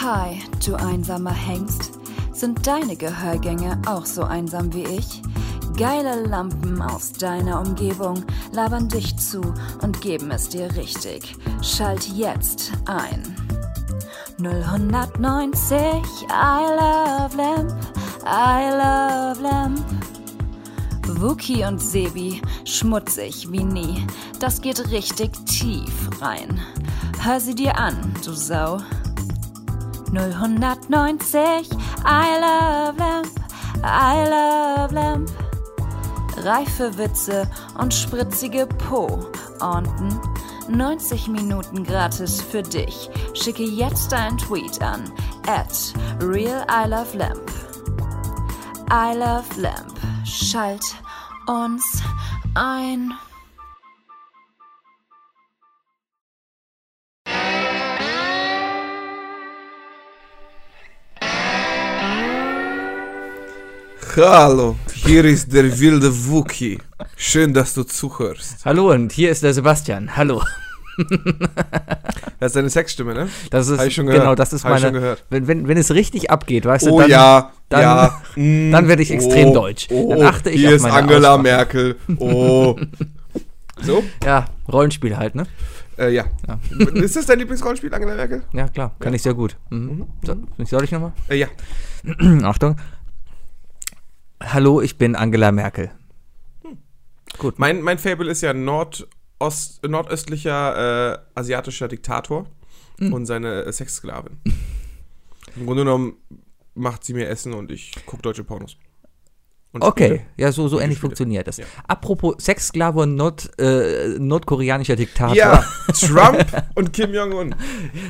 Hi, du einsamer Hengst. Sind deine Gehörgänge auch so einsam wie ich? Geile Lampen aus deiner Umgebung labern dich zu und geben es dir richtig. Schalt jetzt ein. 090 I love Lamp, I love Lamp. Wookie und Sebi, schmutzig wie nie. Das geht richtig tief rein. Hör sie dir an, du Sau. 090 I love Lamp, I love Lamp. Reife Witze und spritzige Po-Onten. 90 Minuten gratis für dich. Schicke jetzt einen Tweet an. At Real I Love Lamp. I Love Lamp. Schalt uns ein. Hallo, hier ist der wilde Wookie. Schön, dass du zuhörst. Hallo und hier ist der Sebastian. Hallo. Das ist deine Sexstimme, ne? Das ist Hab ich schon genau, gehört. das ist Hab ich meine. schon gehört. Wenn, wenn, wenn es richtig abgeht, weißt du, Oh dann, ja, dann- ja. mm, dann werde ich extrem deutsch. Oh, Dann achte ich hier auf ist meine Angela Aussprache. Merkel. Oh. So, ja, Rollenspiel halt, ne? äh, ja. Ja. Ist das dein Lieblingsrollenspiel, Angela Merkel? Ja, klar, kann ich sehr gut. Mhm. So, soll ich nochmal? Äh, ja. Achtung. Hallo, ich bin Angela Merkel. Hm. Mein, mein Fable ist ja Nordost, nordöstlicher äh, asiatischer Diktator Hm. und seine äh, Sexsklavin. Im Grunde genommen macht sie mir Essen und ich gucke deutsche Pornos. Und Okay, Spiele. ja, so, so ähnlich Spiele. funktioniert das. Ja. Apropos Sexsklave und Nord, äh, nordkoreanischer Diktator. Ja, Trump und Kim Jong-un.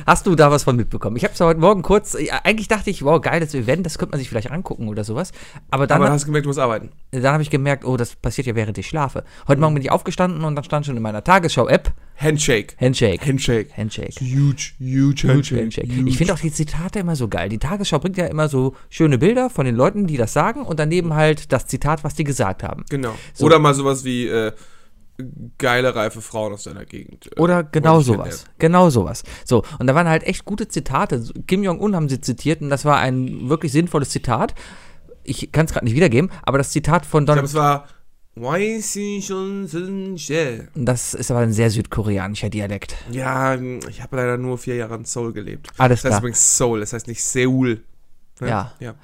Hast du da was von mitbekommen? Ich habe es heute Morgen kurz. ja, Eigentlich dachte ich, wow, geiles Event, das könnte man sich vielleicht angucken oder sowas. Aber dann, Aber hast gemerkt, du musst arbeiten. dann habe ich gemerkt, oh, das passiert ja während ich schlafe. Heute Mhm. Morgen bin ich aufgestanden und dann stand schon in meiner Tagesschau-App Handshake. Handshake. Handshake. Handshake. Huge, huge Huge Handshake. Handshake. Huge. Ich finde auch die Zitate immer so geil. Die Tagesschau bringt ja immer so schöne Bilder von den Leuten, die das sagen und daneben halt das Zitat, was die gesagt haben. Genau. Oder mal sowas wie äh, geile, reife Frauen aus deiner Gegend. äh, Oder genau wollen dich sowas. Genau sowas. So, und da waren halt echt gute Zitate. So, Kim Jong-un haben sie zitiert und das war ein wirklich sinnvolles Zitat. Ich kann es gerade nicht wiedergeben, aber das Zitat von kennenlernen. Donald. Ich glaube, es war Weiß ich schon sind still. Das ist aber ein sehr südkoreanischer Dialekt. Ja, ich habe leider nur vier Jahre in Seoul gelebt. Alles Das heißt klar. übrigens Seoul, das heißt nicht Seoul. Ne? Ja. ja.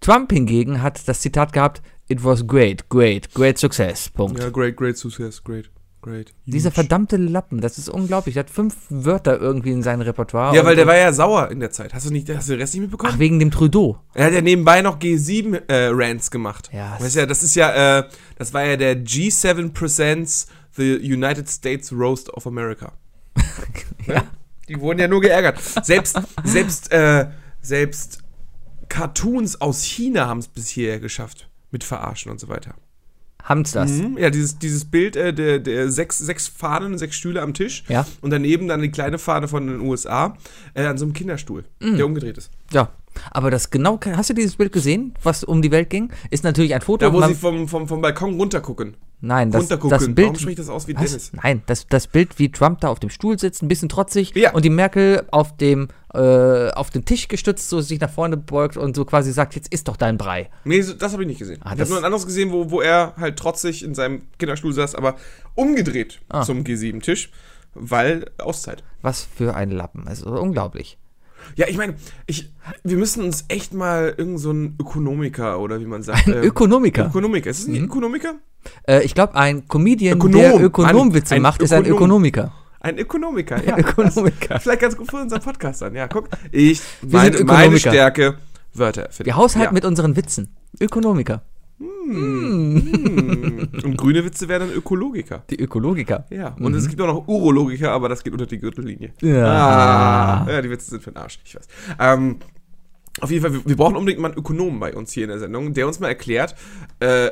Trump hingegen hat das Zitat gehabt: It was great, great, great success. Punkt. Ja, great, great success, great, great. Dieser verdammte Lappen, das ist unglaublich. Der hat fünf Wörter irgendwie in seinem Repertoire. Ja, und- weil der war ja sauer in der Zeit. Hast du, nicht, hast du den Rest nicht mitbekommen? Ach, wegen dem Trudeau. Er hat ja nebenbei noch G7-Rants gemacht. Ja, Weißt du ja, das ist ja, äh, das war ja der G7 Presents The United States Roast of America. ja. Die wurden ja nur geärgert. Selbst, selbst, äh, selbst Cartoons aus China haben es bis hierher geschafft. Mit Verarschen und so weiter. Haben's das? Mhm. Ja, dieses, dieses Bild äh, der, der sechs, sechs Fahnen und sechs Stühle am Tisch. Ja. Und daneben dann die kleine Fahne von den USA äh, an so einem Kinderstuhl, Mm. der umgedreht ist. Ja. Aber das genau, hast du dieses Bild gesehen, was um die Welt ging? Ist natürlich ein Foto. Da, wo man- sie vom, vom, vom Balkon runtergucken. Nein, das, runtergucken. das Bild. Warum spricht das aus wie Was? Dennis? Nein, das, das Bild, wie Trump da auf dem Stuhl sitzt, ein bisschen trotzig Ja. und die Merkel auf dem, äh, auf den Tisch gestützt, so sich nach vorne beugt und so quasi sagt, jetzt isst doch dein Brei. Nee, so, das habe ich nicht gesehen. ich Ah, das- habe nur ein anderes gesehen, wo, wo er halt trotzig in seinem Kinderstuhl saß, aber umgedreht Ah. zum G7-Tisch, weil Auszeit. Was für ein Lappen. Es ist unglaublich. Ja, ich meine, ich, wir müssen uns echt mal irgendeinen so einen Ökonomiker oder wie man sagt. Ein Ökonomiker. Hm? Ökonomiker. Ist es ein Ökonomiker? Äh, ich glaube, ein Comedian, Ökonom. der Ökonomwitze Ein- ein macht, ist ein Ökonom. Ökonomiker. Ein Ökonomiker, ja. Ökonomiker. Das, vielleicht ganz gut für unseren Podcast an. Ja, guck. Ich, Wir meine, sind meine Ökonomiker. Stärke, Wörter erfinden. Wir haushalten Ja. halt mit unseren Witzen. Ökonomiker. Und grüne Witze wären dann Ökologiker. Die Ökologiker. Ja, und es gibt auch noch Urologiker, aber das geht unter die Gürtellinie. Ja. Ah, ja, die Witze sind für den Arsch, ich weiß. Ähm, auf jeden Fall, wir, wir brauchen unbedingt mal einen Ökonomen bei uns hier in der Sendung, der uns mal erklärt, äh,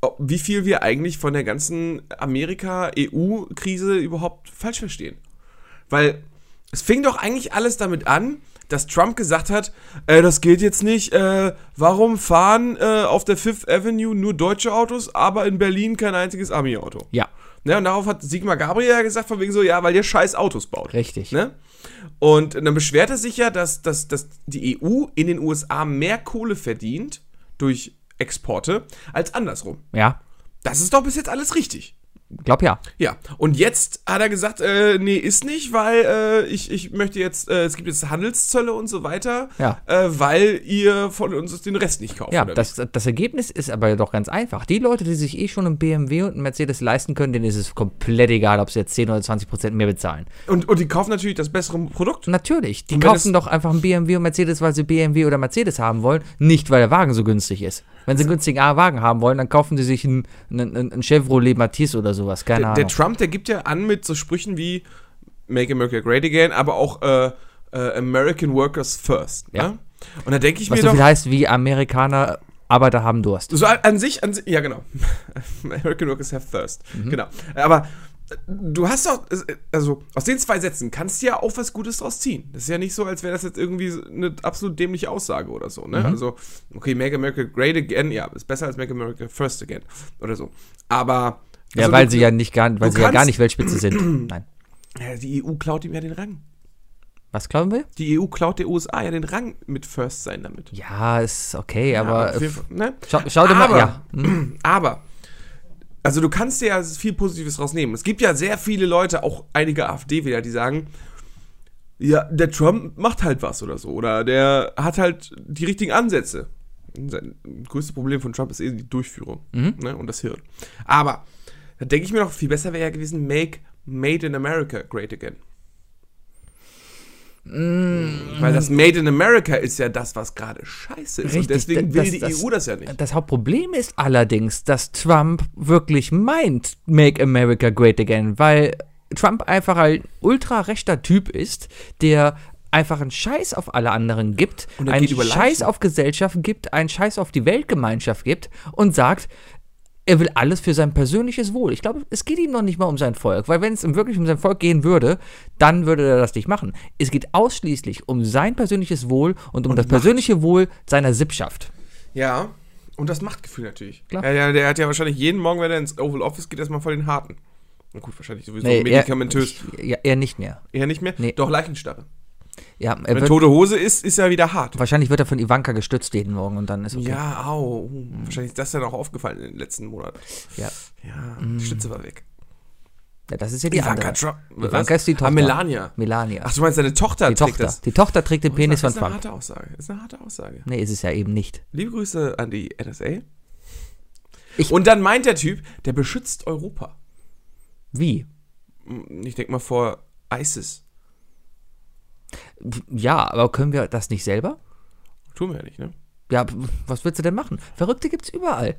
ob- wie viel wir eigentlich von der ganzen Amerika-EU-Krise überhaupt falsch verstehen. Weil es fing doch eigentlich alles damit an, dass Trump gesagt hat, äh, das geht jetzt nicht, äh, warum fahren äh, auf der Fifth Avenue nur deutsche Autos, aber in Berlin kein einziges Ami-Auto? Ja. Ne? Und darauf hat Sigmar Gabriel gesagt, von wegen so, ja, weil ihr scheiß Autos baut. Richtig. Ne? Und dann beschwert er sich ja, dass, dass, dass die EU in den USA mehr Kohle verdient durch Exporte als andersrum. Ja, Das ist doch bis jetzt alles richtig. glaub ja. Ja, und jetzt hat er gesagt, äh, nee, ist nicht, weil äh, ich, ich möchte jetzt, äh, es gibt jetzt Handelszölle und so weiter, Ja. äh, weil ihr von uns den Rest nicht kauft. Ja, oder das, das Ergebnis ist aber doch ganz einfach. Die Leute, die sich eh schon einen BMW und einen Mercedes leisten können, denen ist es komplett egal, ob sie jetzt 10 oder 20 Prozent mehr bezahlen. wie? Und, und die kaufen natürlich das bessere Produkt. Natürlich, die Und wenn kaufen es- doch einfach einen BMW und Mercedes, weil sie BMW oder Mercedes haben wollen, nicht weil der Wagen so günstig ist. Wenn sie einen günstigen Wagen haben wollen, dann kaufen sie sich einen, einen, einen Chevrolet Matisse oder sowas, keine Der, Ahnung. der Trump, der gibt ja an mit so Sprüchen wie Make America Great Again, aber auch äh, äh, American Workers First. Ja. Ne? Und da denke ich Was mir so doch, viel heißt wie Amerikaner, Arbeiter haben Durst. So an, an sich, an si- ja genau. American Workers have thirst. Mhm. Genau. Aber äh, du hast doch, äh, also aus den zwei Sätzen kannst du ja auch was Gutes draus ziehen. Das ist ja nicht so, als wäre das jetzt irgendwie so eine absolut dämliche Aussage oder so. Ne? Mhm. Also, okay, Make America Great Again, ja, ist besser als Make America First Again oder so. Aber. Ja, also, weil du, sie ja nicht gar, weil du sie ja gar kannst- nicht Weltspitze sind. Nein. ja, Die EU klaut ihm ja den Rang. Was glauben wir? Die EU klaut der USA ja den Rang mit First sein damit. Ja, ist okay, Ja, aber. auf jeden f- Fall, ne? schau, schau dir mal. Aber- Ja. Mhm. Aber, also du kannst dir ja viel Positives rausnehmen. Es gibt ja sehr viele Leute, auch einige AfD-Wähler, die sagen, ja, der Trump macht halt was oder so. Oder der hat halt die richtigen Ansätze. Sein größtes Problem von Trump ist eh die Durchführung Mhm. ne, und das Hirn. Aber da denke ich mir noch, viel besser wäre ja gewesen, make Made in America great again. Mm. Weil das Made in America ist ja das, was gerade scheiße ist. Richtig, und deswegen da- will das- die das- äh, EU das ja nicht. Das Hauptproblem ist allerdings, dass Trump wirklich meint, Make America Great Again, weil Trump einfach ein ultra-rechter Typ ist, der einfach einen Scheiß auf alle anderen gibt, Und er einen geht über Scheiß Leichen. auf Gesellschaft gibt, einen Scheiß auf die Weltgemeinschaft gibt und sagt, er will alles für sein persönliches Wohl. Ich glaube, es geht ihm noch nicht mal um sein Volk, weil wenn es ihm wirklich um sein Volk gehen würde, dann würde er das nicht machen. Es geht ausschließlich um sein persönliches Wohl und um das persönliche Wohl seiner Sippschaft. Ja, und das Machtgefühl natürlich. Klar. Ja, ja, der hat ja wahrscheinlich jeden Morgen, wenn er ins Oval Office geht, erstmal voll den Harten. Na gut, wahrscheinlich sowieso Nee, medikamentös. Er, ich, ja, er nicht mehr. Eher, nicht mehr? Nee. Doch, Leichenstarre. Ja, er Wenn wird, tote Hose ist, ist er wieder hart. wahrscheinlich wird er von Ivanka gestützt jeden Morgen und dann ist okay. Ja, au. oh, Mhm. Wahrscheinlich ist das dann auch aufgefallen in den letzten Monaten. Ja. Ja, die Stütze war weg. Ja, das ist ja Mhm. die andere. Trump. Ivanka ist die Tochter. Ah, Melania. Melania. Ach, du meinst, deine Tochter die Tochter. das. Die Tochter trägt den Penis von ist eine Trump. harte Aussage. Ist eine harte Aussage. Nee, ist es ja eben nicht. Liebe Grüße an die NSA. Ich- und dann meint der Typ, der beschützt Europa. Hm, Wie? Ich denke mal vor ISIS. Ja, aber können wir das nicht selber? Tun wir ja nicht, ne? Ja, p- was willst du denn machen? Verrückte gibt's überall.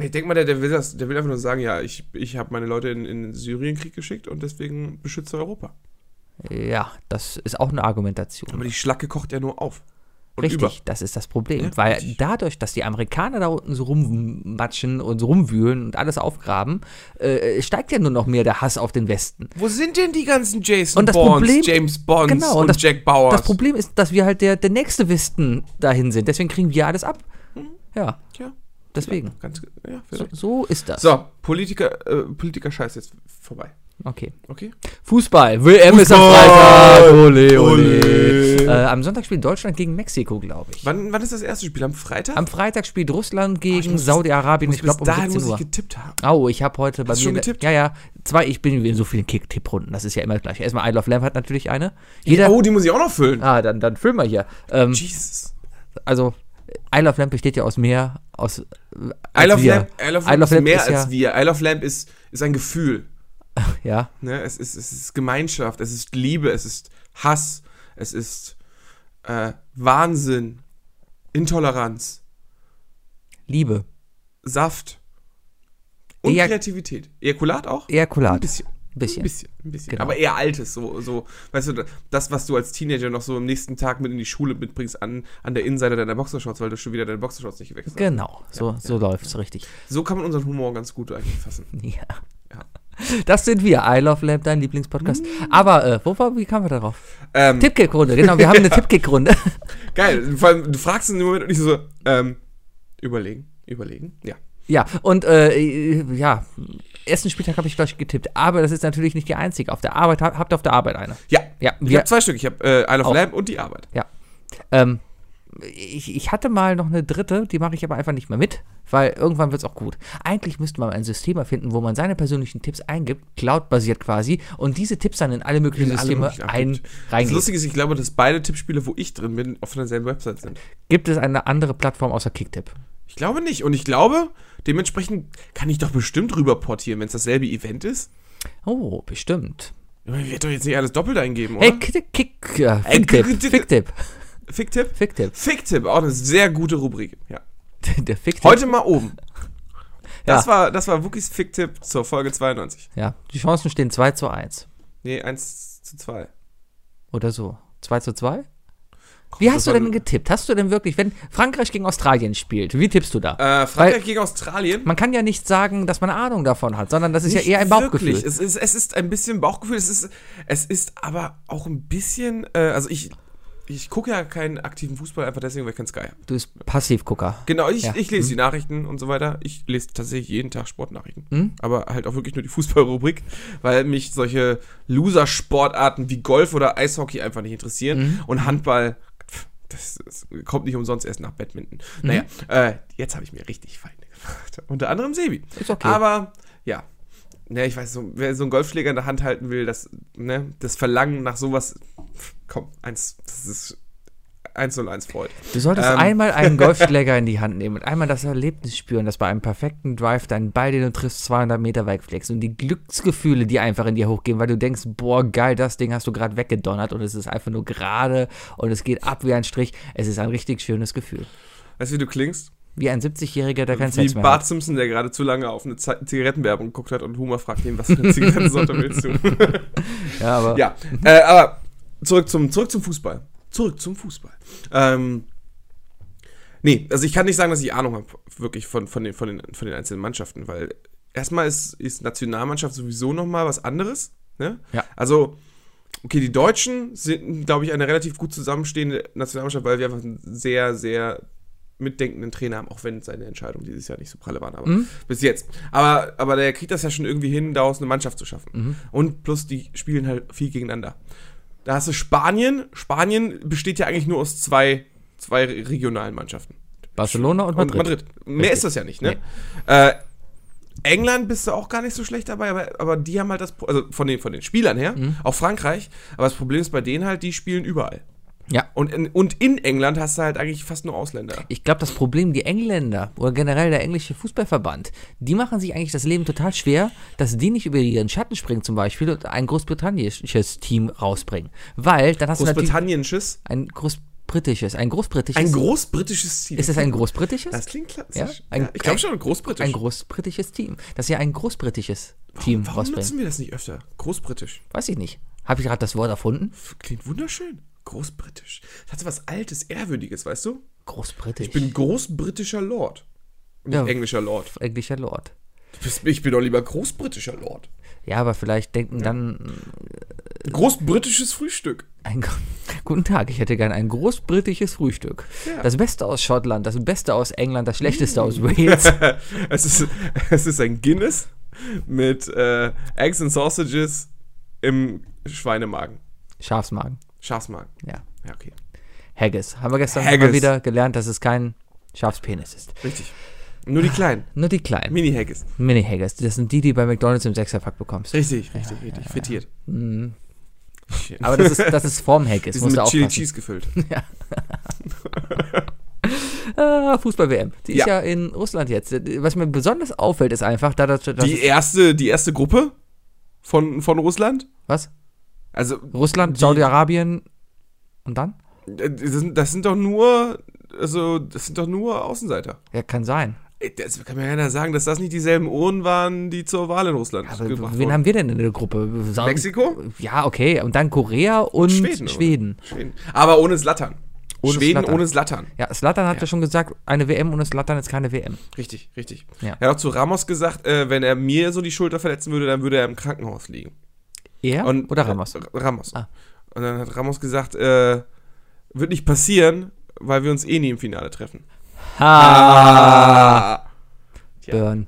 Ich denke mal, der, der, will das, der will einfach nur sagen, ja, ich, ich habe meine Leute in, in den Syrienkrieg geschickt und deswegen beschütze Europa. Ja, das ist auch eine Argumentation. Aber die Schlacke kocht ja nur auf. Und Richtig, über. das ist das Problem. Ja, weil richtig. dadurch, dass die Amerikaner da unten so rummatschen und so rumwühlen und alles aufgraben, äh, steigt ja nur noch mehr der Hass auf den Westen. Wo sind denn die ganzen Jason Und das Bonds, Problem- James Bonds Genau, und und das- Jack Bauers? Das Problem ist, dass wir halt der, der nächste Westen dahin sind. Deswegen kriegen wir alles ab. Mhm. Ja, ja, deswegen. ganz, ja, So, vielleicht. so ist das. So, Politiker, äh, Politiker-Scheiß jetzt vorbei. Okay. Okay? Fußball. WM ist am Freitag. Ole, ole. Äh, am Sonntag spielt Deutschland gegen Mexiko, glaube ich. Wann, wann ist das erste Spiel? Am Freitag? Am Freitag spielt Russland ich gegen muss- Saudi-Arabien. muss Ich glaube um bis dahin 17 muss Uhr. ich getippt haben. Oh, ich habe heute bei Hast du mir. schon getippt? Ja, ja. Zwei, ich bin in so vielen Kick-Tipp-Runden. Das ist ja immer das gleiche. Erstmal I Love Lamp hat natürlich eine. Jeder. Oh, die muss ich auch noch füllen. Ah, dann, dann füllen wir hier. Ähm, Jesus. also, I Love Lamp besteht ja aus mehr, aus. äh, I love, wir. Lamp, I love I Lamp Love ist Lamp mehr ist als ja- wir. I love Lamp ist, ist ein Gefühl. Ja. Ne? Es, ist, es ist Gemeinschaft, es ist Liebe, es ist Hass, es ist äh, Wahnsinn, Intoleranz, Liebe. Saft und Eher- Kreativität. Ejakulat auch? Ejakulat. Ein bisschen. Bisschen. Ein bisschen, ein bisschen. Genau. Aber eher altes, so, so, weißt du, das, was du als Teenager noch so am nächsten Tag mit in die Schule mitbringst, an, an der Innenseite deiner Boxershorts, weil du schon wieder deine Boxershorts nicht gewechselt hast. Genau, so, so läuft's richtig. So kann man unseren Humor ganz gut eigentlich fassen. Ja. Ja. Mm. Das sind wir, I Love Lab, dein Lieblingspodcast. Aber äh, wo war, wie kamen wir darauf? Ähm, Tippkick-Runde, genau, wir haben eine Tippkick-Runde. Geil, vor allem, du fragst in dem Moment und ich so, ähm, überlegen, überlegen, ja. Ja, und äh, ja, ersten Spieltag habe ich gleich getippt, aber das ist natürlich nicht die einzige. Auf der Arbeit hab- habt ihr auf der Arbeit eine. Ja, Ja, ich wir- habe zwei Stück. Ich habe äh, Isle of Auch. Lamb und die Arbeit. Ja. Ähm, ich, ich hatte mal noch eine dritte, die mache ich aber einfach nicht mehr mit, weil irgendwann wird es auch gut. Eigentlich müsste man ein System erfinden, wo man seine persönlichen Tipps eingibt, cloud-basiert quasi, und diese Tipps dann in alle möglichen alle Systeme möglichen ein, abgibt. Das reingeht. Lustige ist, ich glaube, dass beide Tippspiele, wo ich drin bin, auf derselben Website sind. Gibt es eine andere Plattform außer Kicktip? Ich glaube nicht. Und ich glaube, dementsprechend kann ich doch bestimmt rüber portieren, wenn es dasselbe Event ist. Oh, bestimmt. Ich meine, Ich werde doch jetzt nicht alles doppelt eingeben, oder? Hey, Kick, Kick, äh, Ficktipp, Kick- Kick- Ficktipp, Ficktipp? Ficktipp. Ficktipp, auch eine sehr gute Rubrik. Ja. Der Ficktipp. Heute mal oben. Das, Ja. war, das war Wookies Ficktipp zur Folge 92. Ja, die Chancen stehen 2 zu 1. Nee, 1 zu 2. Oder so. 2 zu 2? Wie hast du denn getippt? Hast du denn wirklich, wenn Frankreich gegen Australien spielt, wie tippst du da? Äh, Weil- Frankreich gegen Australien. Man kann ja nicht sagen, dass man eine Ahnung davon hat, sondern das ist Nicht ja eher ein Bauchgefühl. Wirklich. Es, ist, es ist ein bisschen Bauchgefühl. Es ist, es ist aber auch ein bisschen. Äh, also ich, ich gucke ja keinen aktiven Fußball, einfach deswegen, weil ich keinen Sky habe. Du bist Passivgucker. Genau, ich, Ja. Hm. ich lese die Nachrichten und so weiter. Ich lese tatsächlich jeden Tag Sportnachrichten. Hm? Aber halt auch wirklich nur die Fußballrubrik, weil mich solche Loser-Sportarten wie Golf oder Eishockey einfach nicht interessieren. Hm. Und Handball, pff, das, das kommt nicht umsonst erst nach Badminton. Hm. Naja, äh, jetzt habe ich mir richtig Feinde gemacht. Unter anderem Sebi. Ist okay. Aber ja. Ne, ich weiß, so, wer so einen Golfschläger in der Hand halten will, das, ne, das Verlangen nach sowas, pff, komm, eins, das ist 101 Freud. Du solltest Ähm. einmal einen Golfschläger in die Hand nehmen und einmal das Erlebnis spüren, dass bei einem perfekten Drive dein Ball, den du triffst, 200 Meter weit fliegst und die Glücksgefühle, die einfach in dir hochgehen, weil du denkst, boah, geil, das Ding hast du gerade weggedonnert und es ist einfach nur gerade und es geht ab wie ein Strich. Es ist ein richtig schönes Gefühl. Weißt du, wie du klingst? Wie ein 70-Jähriger, der kein Wie Sex mehr Bart hat. Simpson, der gerade zu lange auf eine Ze- Zigarettenwerbung geguckt hat und Homer fragt ihn, was für eine Zigarettensorte willst du? Ja, aber ja, äh, aber zurück zum, zurück zum Fußball. Zurück zum Fußball. Ähm, nee, also ich kann nicht sagen, dass ich Ahnung habe, wirklich von, von, den, von, den, von den einzelnen Mannschaften, weil erstmal ist, ist Nationalmannschaft sowieso nochmal was anderes. Ne? Ja. Also, okay, die Deutschen sind, glaube ich, eine relativ gut zusammenstehende Nationalmannschaft, weil wir einfach einen sehr, sehr mitdenkenden Trainer haben, auch wenn seine Entscheidungen dieses Jahr nicht so pralle waren, aber Mhm. bis jetzt. Aber, aber der kriegt das ja schon irgendwie hin, daraus eine Mannschaft zu schaffen. Mhm. Und plus, die spielen halt viel gegeneinander. Da hast du Spanien. Spanien besteht ja eigentlich nur aus zwei, zwei regionalen Mannschaften. Barcelona und Madrid. Und Madrid. Mehr Richtig. ist das ja nicht, ne? Äh, England bist du auch gar nicht so schlecht dabei, aber, aber die haben halt das, Pro- also von den, von den Spielern her, Mhm. auch Frankreich, aber das Problem ist bei denen halt, die spielen überall. Ja. Und in, und in England hast du halt eigentlich fast nur Ausländer. Ich glaube, das halt Problem, die Engländer oder generell der englische Fußballverband, die machen sich eigentlich das Leben total schwer, dass die nicht über ihren Schatten springen zum Beispiel und ein großbritannisches Team rausbringen. Weil dann hast du natürlich Großbritannien, tschüss. ein großbritisches, ein großbritisches. Ein großbritisches Ziel. ist das ein großbritisches? das klingt Ja? klassisch. Ein- Ja, ich glaube schon, großbritisch. ein großbritisches Team. Dass sie ein großbritisches Team Warum rausbringen. nutzen wir das nicht öfter? Großbritisch. Weiß ich nicht. Habe ich gerade das Wort erfunden? Klingt wunderschön. Großbritisch. Das hat so was Altes, Ehrwürdiges, weißt du? Großbritisch. Ich bin großbritischer Lord. Nicht Ja. englischer Lord. englischer Lord. Du bist- Ich bin doch lieber großbritischer Lord. Ja, aber vielleicht denken dann Großbritisches Frühstück. Ein, gro- guten Tag, ich hätte gern ein großbritisches Frühstück. Ja. Mm. Das Beste aus Schottland, das Beste aus England, das Schlechteste aus Wales. Es ist, es ist ein Guinness mit äh, Eggs and Sausages im Schweinemagen. Schafsmagen, Schafsmagen. ja. Ja, okay. Haggis. Haben wir gestern Haggis. mal wieder gelernt, dass es kein Schafspenis ist. Richtig. Nur Ah. die kleinen. Nur die kleinen Mini-Haggis. Mini-Haggis. Das sind die, die bei McDonalds im Sechserpack bekommst. Richtig, richtig, richtig. Frittiert. Mhm. Aber das ist, das ist Form-Haggis, Die sind musst du mit Chili aufpassen. Cheese gefüllt. Ah, Fußball-WM. Die ist Ja. ja in Russland jetzt. Was mir besonders auffällt, ist einfach, da das, das Die erste, die erste Gruppe von, von Russland. was? Also, Russland, Saudi-Arabien und dann? äh, das sind, das sind doch nur, also, das sind doch nur Außenseiter. Ja, kann sein. Ey, Das kann mir keiner sagen, dass das nicht dieselben Ohren waren, die zur Wahl in Russland Aber gebracht Also, wen wurden. haben wir denn in der Gruppe? Saudi- Mexiko? Ja, okay. Und dann Korea und Schweden, Schweden. oder? Schweden. Aber ohne Slattern. Ohne Schweden Zlatan. ohne Slattern. Ja, Slatan hat Ja. ja schon gesagt, eine WM ohne Slatan ist keine WM. Richtig, richtig. Ja. Er hat auch zu Ramos gesagt, äh, wenn er mir so die Schulter verletzen würde, dann würde er im Krankenhaus liegen. Er Und, oder Ramos? Äh, Ramos. Ah. Und dann hat Ramos gesagt, äh, wird nicht passieren, weil wir uns eh nie im Finale treffen. ha! Ah. Burn.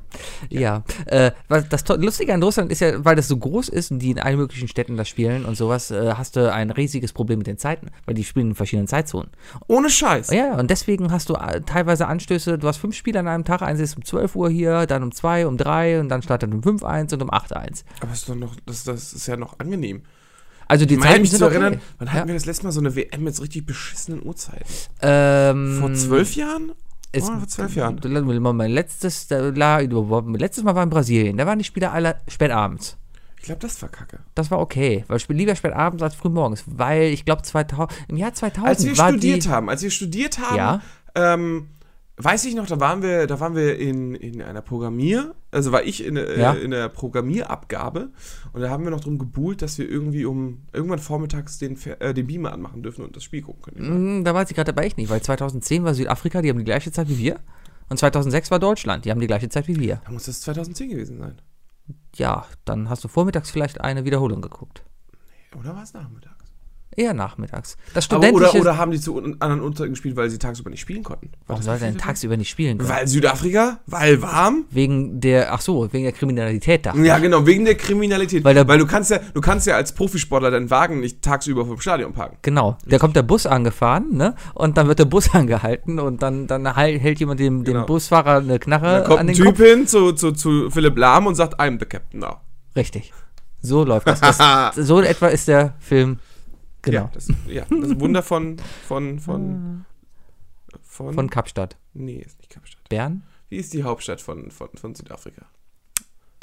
Ja. Äh, was das to- Lustige an Russland ist ja, weil das so groß ist und die in allen möglichen Städten das spielen und sowas, äh, hast du ein riesiges Problem mit den Zeiten, weil die spielen in verschiedenen Zeitzonen. Ohne Scheiß. Oh Ja, und deswegen hast du äh, teilweise Anstöße, du hast fünf Spiele an einem Tag, eins ist um 12 Uhr hier, dann um 2, um 3 und dann startet um 5 1 und um 8 1. Aber ist doch noch, das, das ist ja noch angenehm. Also die Ich meine Zeiten mich sind zu okay. erinnern, wann hatten Ja. wir das letzte Mal so eine WM mit so richtig beschissenen Uhrzeiten? Ähm, Vor zwölf Jahren? Es- oh, vor zwölf Jahren. Mein letztes, da la- letztes Mal war in Brasilien, da waren die Spiele alle spät abends. Ich glaube, das war kacke. Das war okay, weil sp lieber spät abends als früh morgens, weil ich glaube 2000 im Jahr 2000 Als wir war studiert die haben, als wir studiert haben, Ja. ähm, weiß ich noch, da waren wir, da waren wir in, in einer Programmier, also war ich in, äh, Ja. in der Programmierabgabe und da haben wir noch drum gebuhlt, dass wir irgendwie um irgendwann vormittags den, Fer- äh, den Beamer anmachen dürfen und das Spiel gucken können. Mm, da war sie gerade dabei ich nicht, weil 2010 war Südafrika, die haben die gleiche Zeit wie wir und 2006 war Deutschland, die haben die gleiche Zeit wie wir. Da muss das 2010 gewesen sein. Ja, dann hast du vormittags vielleicht eine Wiederholung geguckt. Oder war es nachmittags? Eher nachmittags. Das Aber, oder, studentische oder haben die zu un- anderen Unterrichten gespielt, weil sie tagsüber nicht spielen konnten? War Warum das- soll denn tagsüber nicht spielen? Können? Weil Südafrika? Weil warm? Wegen der ach so, wegen der Kriminalität da. Ja, genau, wegen der Kriminalität. Weil Weil, der- du kannst ja, du kannst ja als Profisportler deinen Wagen nicht tagsüber vom Stadion parken. Genau, da kommt der Bus angefahren, ne? Und dann wird der Bus angehalten und dann, dann heil- hält jemand dem, dem Genau. Busfahrer eine Da Knarre kommt Äh, an ein den Typ Kopf. hin zu, zu, zu Philipp Lahm und sagt, I'm the Captain now. Richtig. So läuft das. das so etwa ist der Film. Genau. Ja, das, ja, das Wunder von, von, von, von, Von Kapstadt. nee, ist nicht Kapstadt. Bern? Wie ist die Hauptstadt von, von, von Südafrika?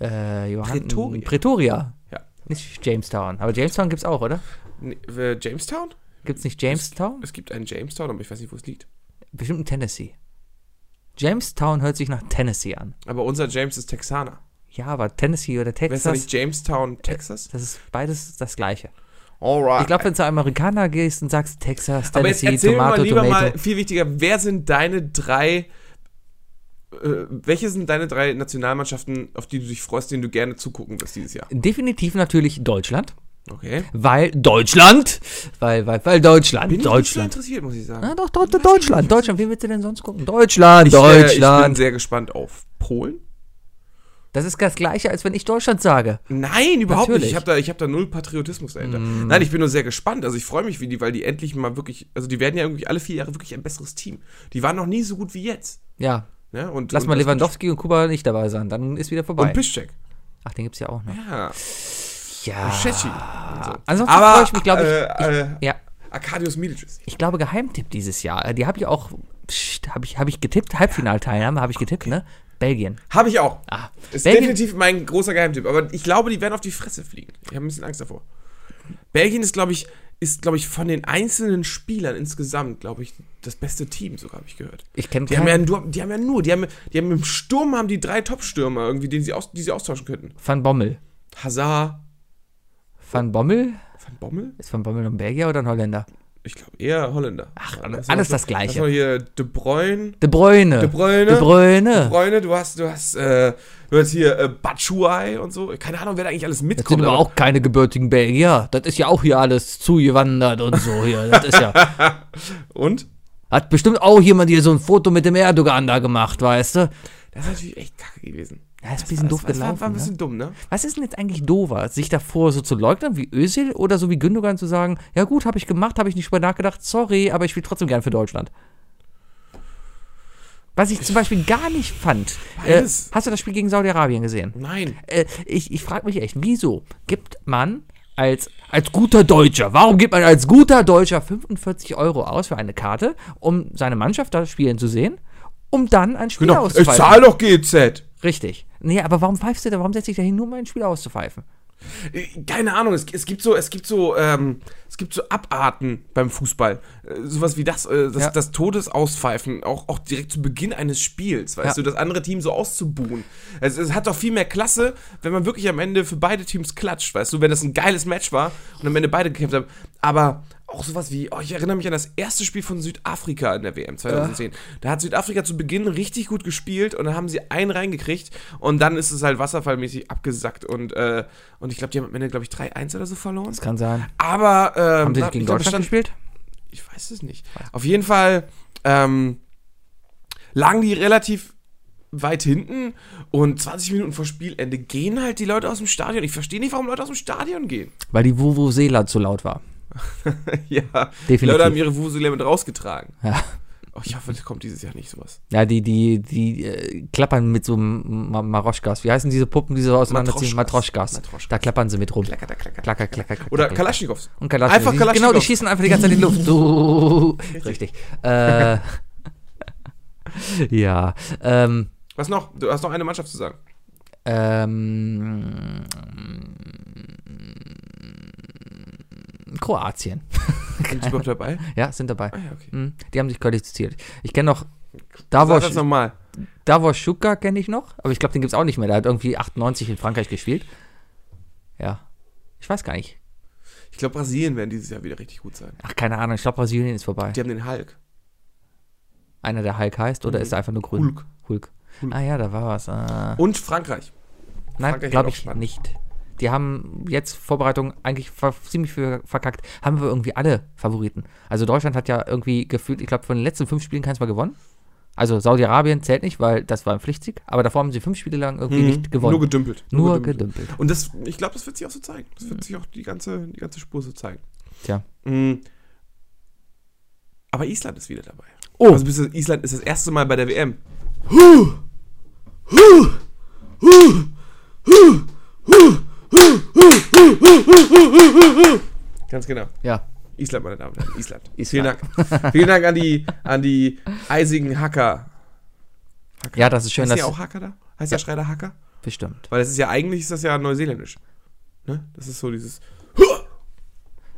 Äh, Johann, Pretoria. Pretoria. Ja. Nicht Jamestown. Aber Jamestown gibt's auch, oder? Nee, äh, Jamestown? Gibt's nicht Jamestown? Es gibt einen Jamestown, aber ich weiß nicht, wo es liegt. Bestimmt in Tennessee. Jamestown hört sich nach Tennessee an. Aber unser James ist Texaner. Ja, aber Tennessee oder Wer ist da Texas, nicht Ah, Jamestown, Texas? das ist beides das Gleiche. Alright. Ich glaube, wenn du zu einem Amerikaner gehst und sagst Texas, äh, Aber jetzt Tennessee, erzähl mir Tomato, mal lieber Tomato. mal, viel wichtiger, wer sind deine drei, äh, welche sind deine drei Nationalmannschaften, auf die du dich freust, denen du gerne zugucken wirst dieses Jahr? Definitiv natürlich Deutschland, Okay. weil Deutschland, weil, weil, weil Deutschland, Bin ich nicht so Deutschland. interessiert, muss ich sagen. Na Ah, doch, doch, doch, Deutschland, Deutschland, wen willst du denn sonst gucken? Deutschland, Ich, äh, ich bin Deutschland. sehr gespannt auf Polen. das ist das Gleiche, als wenn ich Deutschland sage. Nein, überhaupt Natürlich. Mm. nicht. Ich habe da, ich hab da null Patriotismus dahinter. Nein, ich bin nur sehr gespannt. Also ich freue mich, wie die, weil die endlich mal wirklich, also die werden ja irgendwie alle vier Jahre wirklich ein besseres Team. Die waren noch nie so gut wie jetzt. Ja, Ne? Und, lass und mal das- Lewandowski und Kuba nicht dabei sein, dann ist wieder vorbei. Und Piszczek. Ach, den gibt's ja auch noch. Ja. Ja. Szczeci. Ah. Und so. Ansonsten Aber, freue ich mich, glaube ich. äh, äh, ja, Arkadius Milicic. ich glaube Geheimtipp dieses Jahr. äh, Die habe ich auch, habe ich, hab ich getippt, Halbfinalteilnahme habe ich getippt, ne? Belgien. Habe ich auch. Ah, Ist Belgien- definitiv mein großer Geheimtipp. Aber ich glaube, die werden auf die Fresse fliegen. Ich habe ein bisschen Angst davor. Belgien ist, glaube ich, ist, glaube ich, von den einzelnen Spielern insgesamt, glaube ich, das beste Team, sogar habe ich gehört. Ich kenne Die haben, ja nur, die haben ja nur, die haben, die haben im Sturm haben die drei Top-Stürmer irgendwie, den sie aus, die sie austauschen könnten. Van Bommel. Hazard, Äh. Van Bommel? Van Bommel? Ist Van Bommel ein Belgier oder ein Holländer? Ich glaube eher Holländer. Ach, alles das Gleiche. Hast du noch hier De Bruyne, De Bruyne. De Bruyne. De Bruyne. Freunde, du hast, du hast, äh, du hast hier äh, Batshuayi und so. Keine Ahnung, wer da eigentlich alles Das sind mitkommt. aber aber- auch keine gebürtigen Belgier. Das ist ja auch hier alles zugewandert und so hier. Das ist ja. Und? Hat bestimmt auch jemand hier so ein Foto mit dem Erdogan da gemacht, weißt du? Das ist natürlich echt kacke gewesen. Ja, ist ein bisschen doof das war, gelaufen. war ein bisschen ne? dumm, ne? Was ist denn jetzt eigentlich dover? Sich davor so zu leugnen wie Özil oder so wie Gündogan zu sagen, ja gut, habe ich gemacht, habe ich nicht drüber nachgedacht, sorry, aber ich spiele trotzdem gern für Deutschland. Was ich zum Beispiel gar nicht fand. Äh, Beides. hast du das Spiel gegen Saudi-Arabien gesehen? Nein. äh, ich, ich frage mich echt, wieso gibt man als, als guter Deutscher, warum gibt man als guter Deutscher 45 Euro aus für eine Karte, um seine Mannschaft da spielen zu sehen, um dann ein Spiel Genau. Ich auszupfeifen? zahl doch GZ. Richtig. Nee, aber warum pfeifst du da? Warum setzt dich da hin, nur um ein Spiel auszupfeifen? Äh, Keine Ahnung, es, es gibt so, es gibt so, ähm, es gibt so Abarten beim Fußball. Äh, sowas wie das, äh, das, Ja. das Todesauspfeifen, auch, auch direkt zu Beginn eines Spiels, weißt Ja. du, das andere Team so auszubuhen. Es, es hat doch viel mehr Klasse, wenn man wirklich am Ende für beide Teams klatscht, weißt du, wenn das ein geiles Match war und am Ende beide gekämpft haben. Aber auch sowas wie, oh, ich erinnere mich an das erste Spiel von Südafrika in der WM 2010. Da hat Südafrika zu Beginn richtig gut gespielt und dann haben sie einen reingekriegt und dann ist es halt wasserfallmäßig abgesackt und, äh, und ich glaube, die haben am Ende, glaube ich, 3-1 oder so verloren. Das kann sein. Aber ähm, Haben sie da- nicht gegen ich glaub, Deutschland es stand- gespielt? Ich weiß es nicht. Auf jeden Fall ähm, lagen die relativ weit hinten und 20 Minuten vor Spielende gehen halt die Leute aus dem Stadion. Ich verstehe nicht, warum Leute aus dem Stadion gehen. Weil die Vuvuzela zu laut war. ja, die Definitiv. Leute haben ihre Wusele mit rausgetragen. Ja. Oh, ich hoffe, das kommt dieses Jahr nicht sowas. Ja, die, die, die äh, klappern mit so einem Ma Maroschkas. Wie heißen diese Puppen, die so auseinanderziehen? Matroschkas. Matroschkas. Matroschkas. Da klappern sie mit rum. Klacker, klacker, Klacker, klacker, klacker. Oder klacker. Kalaschnikows. Und Kalaschnikow. Einfach Die- Kalaschnikow. Genau, die schießen einfach die ganze Zeit in die Luft. So. Richtig. Äh, ja. Ähm, Was noch? Du hast noch eine Mannschaft zu sagen. ähm, Kroatien. Sind die überhaupt dabei? Ja, sind dabei. Ah ja, okay. Mhm, Die haben sich qualifiziert. Ich kenne noch Sag Davos, das nochmal. Davos Schuka kenne ich noch, aber ich glaube, den gibt es auch nicht mehr. Der hat irgendwie 98 in Frankreich gespielt. Ja. Ich weiß gar nicht. Ich glaube, Brasilien werden dieses Jahr wieder richtig gut sein. Ach, keine Ahnung. Ich glaube, Brasilien ist vorbei. Die haben den Hulk. Einer, der Hulk heißt, oder ist er einfach nur grün? Hulk. Hulk. Ah ja, da war was. Ah. Und Frankreich. Nein, Frankreich glaube wird auch ich spannend. nicht. Die haben jetzt Vorbereitung eigentlich ver ziemlich ver- verkackt. Haben wir irgendwie alle Favoriten. Also Deutschland hat ja irgendwie gefühlt, ich glaube, von den letzten fünf Spielen keins mal gewonnen. Also Saudi-Arabien zählt nicht, weil das war ein Pflichtsieg. Aber davor haben sie fünf Spiele lang irgendwie nicht gewonnen. Mhm. Nur gedümpelt. Nur gedümpelt. Und das, ich glaube, das wird sich auch so zeigen. Das wird sich auch die ganze, die ganze Spur so zeigen. Tja. Mm. Aber Island ist wieder dabei. Oh. Also bis- Island ist das erste Mal bei der WM. Ganz genau. Ja. Island, meine Damen und Herren. Island. Island. Vielen Dank. Vielen Dank an die, an die eisigen Hacker. Ja, das ist schön, Heißt dass. der auch Hacker da? Heißt der Schreider Hacker? Bestimmt. Weil das ist ja eigentlich ist das ja neuseeländisch. Ne? Das ist so dieses.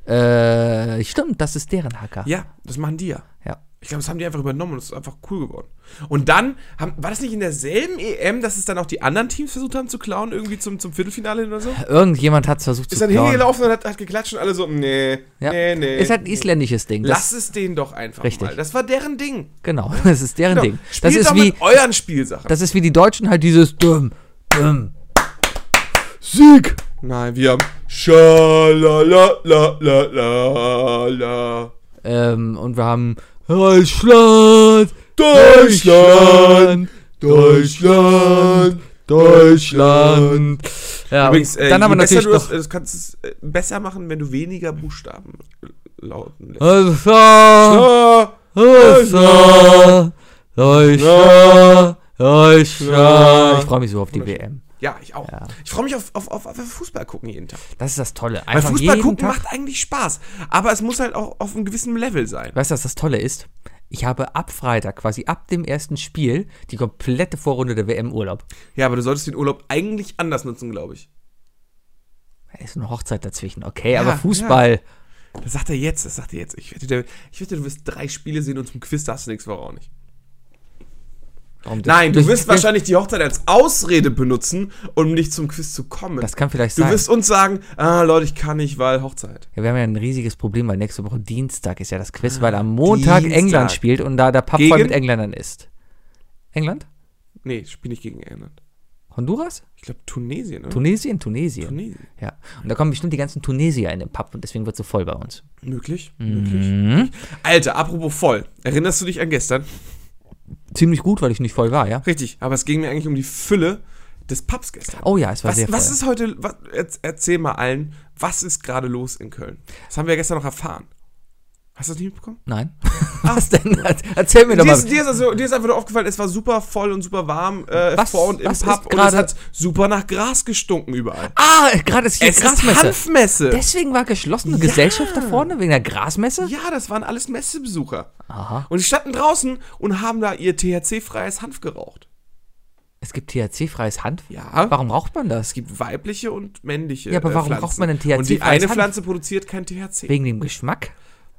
Äh, stimmt, das ist deren Hacker. Ja, das machen die ja. Ja. Ich glaube, das haben die einfach übernommen und es ist einfach cool geworden. Und dann, haben, war das nicht in derselben EM, dass es dann auch die anderen Teams versucht haben zu klauen, irgendwie zum, zum Viertelfinale hin oder so? Irgendjemand hat es versucht Ist zu dann klauen. hingelaufen und hat, hat geklatscht und alle so, nee, Ja. nee, nee. Ist halt ein isländisches Ding. Das, Lass es denen doch einfach Richtig. mal. Das war deren Ding. genau, das ist deren Genau. Ding. Spielt Das ist doch wie, mit euren Spielsachen. Das ist wie die Deutschen halt dieses Düm, Düm. Sieg! Nein, wir haben Schalalalalalalala. Ähm, und wir haben Deutschland! Deutschland, Deutschland, Deutschland. Ja, Übrigens, äh, dann haben wir je besser natürlich du das, noch. das kannst es äh, besser machen, wenn du weniger Buchstaben äh, lauten lässt. Äh, Ah. Deutschland, Deutschland, Deutschland, Deutschland. Ich freue mich so auf die WM. Ja, ich auch. Ich freue mich auf, auf, auf, auf Fußball gucken jeden Tag. Das ist das Tolle. Weil Einfach Fußball jeden gucken Tag. macht eigentlich Spaß. Aber es muss halt auch auf einem gewissen Level sein. Weißt du, was das Tolle ist? Ich habe ab Freitag, quasi ab dem ersten Spiel, die komplette Vorrunde der WM Urlaub. Ja, aber du solltest den Urlaub eigentlich anders nutzen, glaube ich. Da ist eine Hochzeit dazwischen, okay, Ja, aber Fußball. Das sagt er jetzt, das sagt er jetzt. Ich wette, der, ich wette du wirst drei Spiele sehen und zum Quiz darfst du nächste Woche auch nicht. Warum das- Nein, du durch- wirst wahrscheinlich die Hochzeit als Ausrede benutzen, um nicht zum Quiz zu kommen. Das kann vielleicht du sein. wirst uns sagen, ah, Leute, ich kann nicht, weil Hochzeit. Ja, wir haben ja ein riesiges Problem, weil nächste Woche Dienstag ist ja das Quiz, weil am Montag Dienstag. England spielt und da der Papp voll Gegen? mit Engländern ist. England? Nee, spiel nicht gegen England. Honduras? Ich glaube Tunesien, oder? Tunesien? Tunesien. Tunesien. ja. Und da kommen bestimmt die ganzen Tunesier in den Pub und deswegen wird so voll bei uns. Möglich, Mhm. möglich. Alter, apropos voll. Erinnerst du dich an gestern? Ziemlich gut, weil ich nicht voll war, ja? Richtig, aber es ging mir eigentlich um die Fülle des Pubs gestern. Oh ja, es war sehr was, voll. was ist heute, was, erz- erzähl mal allen, was ist gerade los in Köln? Das haben wir ja gestern noch erfahren. Hast du das nicht mitbekommen? Nein. Was denn? Erzähl mir doch Dir mal. ist, dir, ist also, dir ist einfach nur aufgefallen, es war super voll und super warm äh, Was- vor und im was Pub ist und es gerade- hat super nach Gras gestunken überall. Ah, gerade ist hier es ist Grasmesse. Hanfmesse. Deswegen war geschlossene Gesellschaft da vorne, wegen der Grasmesse? ja, das waren alles Messebesucher. Und die standen draußen und haben da ihr THC-freies Hanf geraucht. Es gibt THC-freies Hanf? Ja. Warum raucht man das? Es gibt weibliche und männliche. Ja, aber äh, warum Pflanzen. braucht man denn Und die THC? eine Hanf- Pflanze produziert kein THC. Wegen dem Geschmack?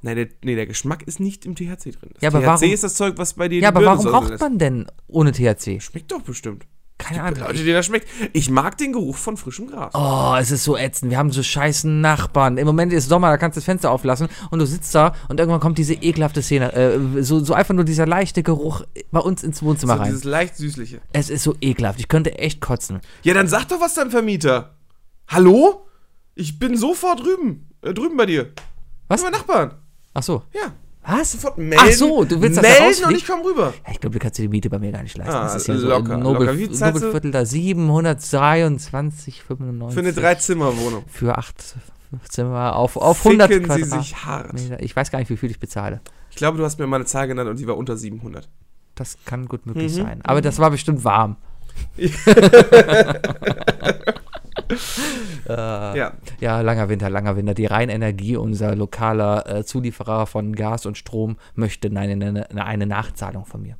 Nein, der, nee, der Geschmack ist nicht im THC drin. Das Ja, aber THC warum- ist das Zeug, was bei dir Ja, aber Birne warum säuseln raucht lässt. man denn ohne THC? Schmeckt doch bestimmt. Keine Leute, Ahnung. denen das schmeckt. Ich mag den Geruch von frischem Gras. Oh, es ist so ätzend. Wir haben so scheißen Nachbarn. Im Moment ist Sommer, da kannst du das Fenster auflassen und du sitzt da und irgendwann kommt diese ekelhafte Szene. Äh, so, so einfach nur dieser leichte Geruch bei uns ins Wohnzimmer so rein. Also dieses leicht süßliche. Es ist so ekelhaft. Ich könnte echt kotzen. Ja, dann sag doch was deinem Vermieter. Hallo? Ich bin sofort drüben. Äh, drüben bei dir. Was? Über Nachbarn. Ach so. Ja. Was? Sofort melden. Ach so, du willst das da melden und rausfliegen? ich komm rüber. Ja, ich glaube, du kannst dir die Miete bei mir gar nicht leisten. Ah, das ist ja so locker, ein Nobel, locker. Wie zahlst du? Nobelviertel da 723,95. Für eine Drei-Zimmer-Wohnung. Für acht Zimmer auf, auf 100 Ficken sie Quadrat- sich hart. Meter. Ich weiß gar nicht, wie viel ich bezahle. Ich glaube, du hast mir mal eine Zahl genannt und die war unter 700. Das kann gut möglich Mhm. sein. Aber das war bestimmt warm. Ah. Ja. Ja, langer Winter, langer Winter. Die Rheinenergie, unser lokaler äh, Zulieferer von Gas und Strom, möchte eine, eine, eine Nachzahlung von mir.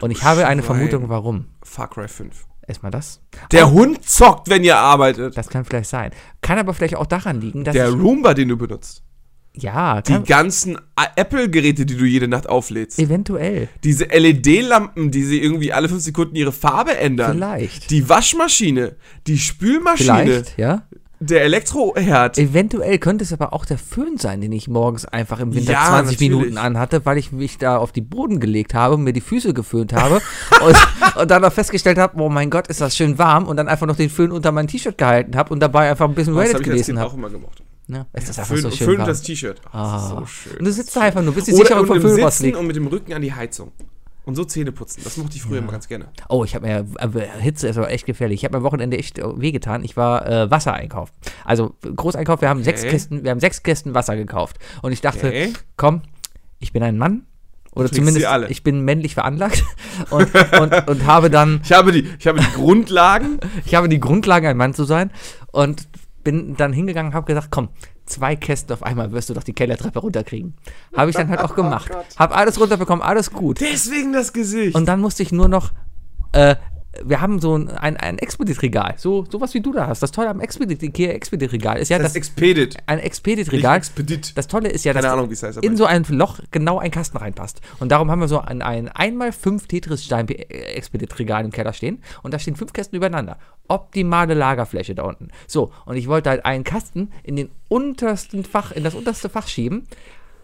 und ich habe eine Schwein. Vermutung, warum. Far Cry 5. Erstmal das. Der Hund zockt, wenn ihr arbeitet. Das kann vielleicht sein. Kann aber vielleicht auch daran liegen, dass. Der ich, Roomba, den du benutzt. ja, Die kann, ganzen A- Apple-Geräte, die du jede Nacht auflädst. eventuell. Diese LED-Lampen, die sie irgendwie alle fünf Sekunden ihre Farbe ändern. Vielleicht. Die Waschmaschine, die Spülmaschine, Vielleicht, ja. der Elektroherd. Eventuell könnte es aber auch der Föhn sein, den ich morgens einfach im Winter Ja, 20 natürlich. Minuten anhatte, weil ich mich da auf die Boden gelegt habe und mir die Füße geföhnt habe und, und dann auch festgestellt habe, oh mein Gott, ist das schön warm und dann einfach noch den Föhn unter mein T-Shirt gehalten habe und dabei einfach ein bisschen Das Reddit habe ich als Kind gelesen auch habe. immer gemocht. Ne? Es ist einfach Föhn, so schön Föhn warm. Ah. und das T-Shirt. Ach, das ist so schön. und du sitzt da einfach nur, bis die Oder Sicherung und vom im Föhn Sitzen rausliegt. und mit dem Rücken an die Heizung. Und so Zähne putzen. Das mochte ich früher immer ganz gerne. Oh, ich habe mir, aber Hitze ist aber echt gefährlich. Ich habe mir am Wochenende echt äh, wehgetan. Ich war äh, Wasser einkaufen. Also Großeinkauf, wir haben, sechs Okay. Kisten, wir haben sechs Kisten Wasser gekauft. Und ich dachte, Okay. komm, ich bin ein Mann. Oder Kriegst zumindest, sie alle. ich bin männlich veranlagt und, und, und habe dann, Ich habe die, ich habe die Grundlagen. ich habe die Grundlagen, ein Mann zu sein und bin dann hingegangen und habe gesagt, komm, zwei Kästen auf einmal wirst du doch die Kellertreppe runterkriegen. Habe ich dann halt auch Oh gemacht. habe alles runterbekommen, alles gut. Deswegen das Gesicht. Und dann musste ich nur noch. Äh, wir haben so ein, ein, ein Expedit-Regal. So, sowas wie du da hast. Das Tolle am Expedit- Ikea Expedit-Regal ist ja, das dass ist Expedit. ein nicht Expedit-Regal. Expedit. Das Tolle ist ja, dass Keine Ahnung, wie es heißt, aber- in so ein Loch genau ein Kasten reinpasst. Und darum haben wir so ein, ein 1x5 Tetris-Stein-Expedit-Regal im Keller stehen. Und da stehen fünf Kästen übereinander. Optimale Lagerfläche da unten. So, und ich wollte halt einen Kasten in den untersten Fach, in das unterste Fach schieben.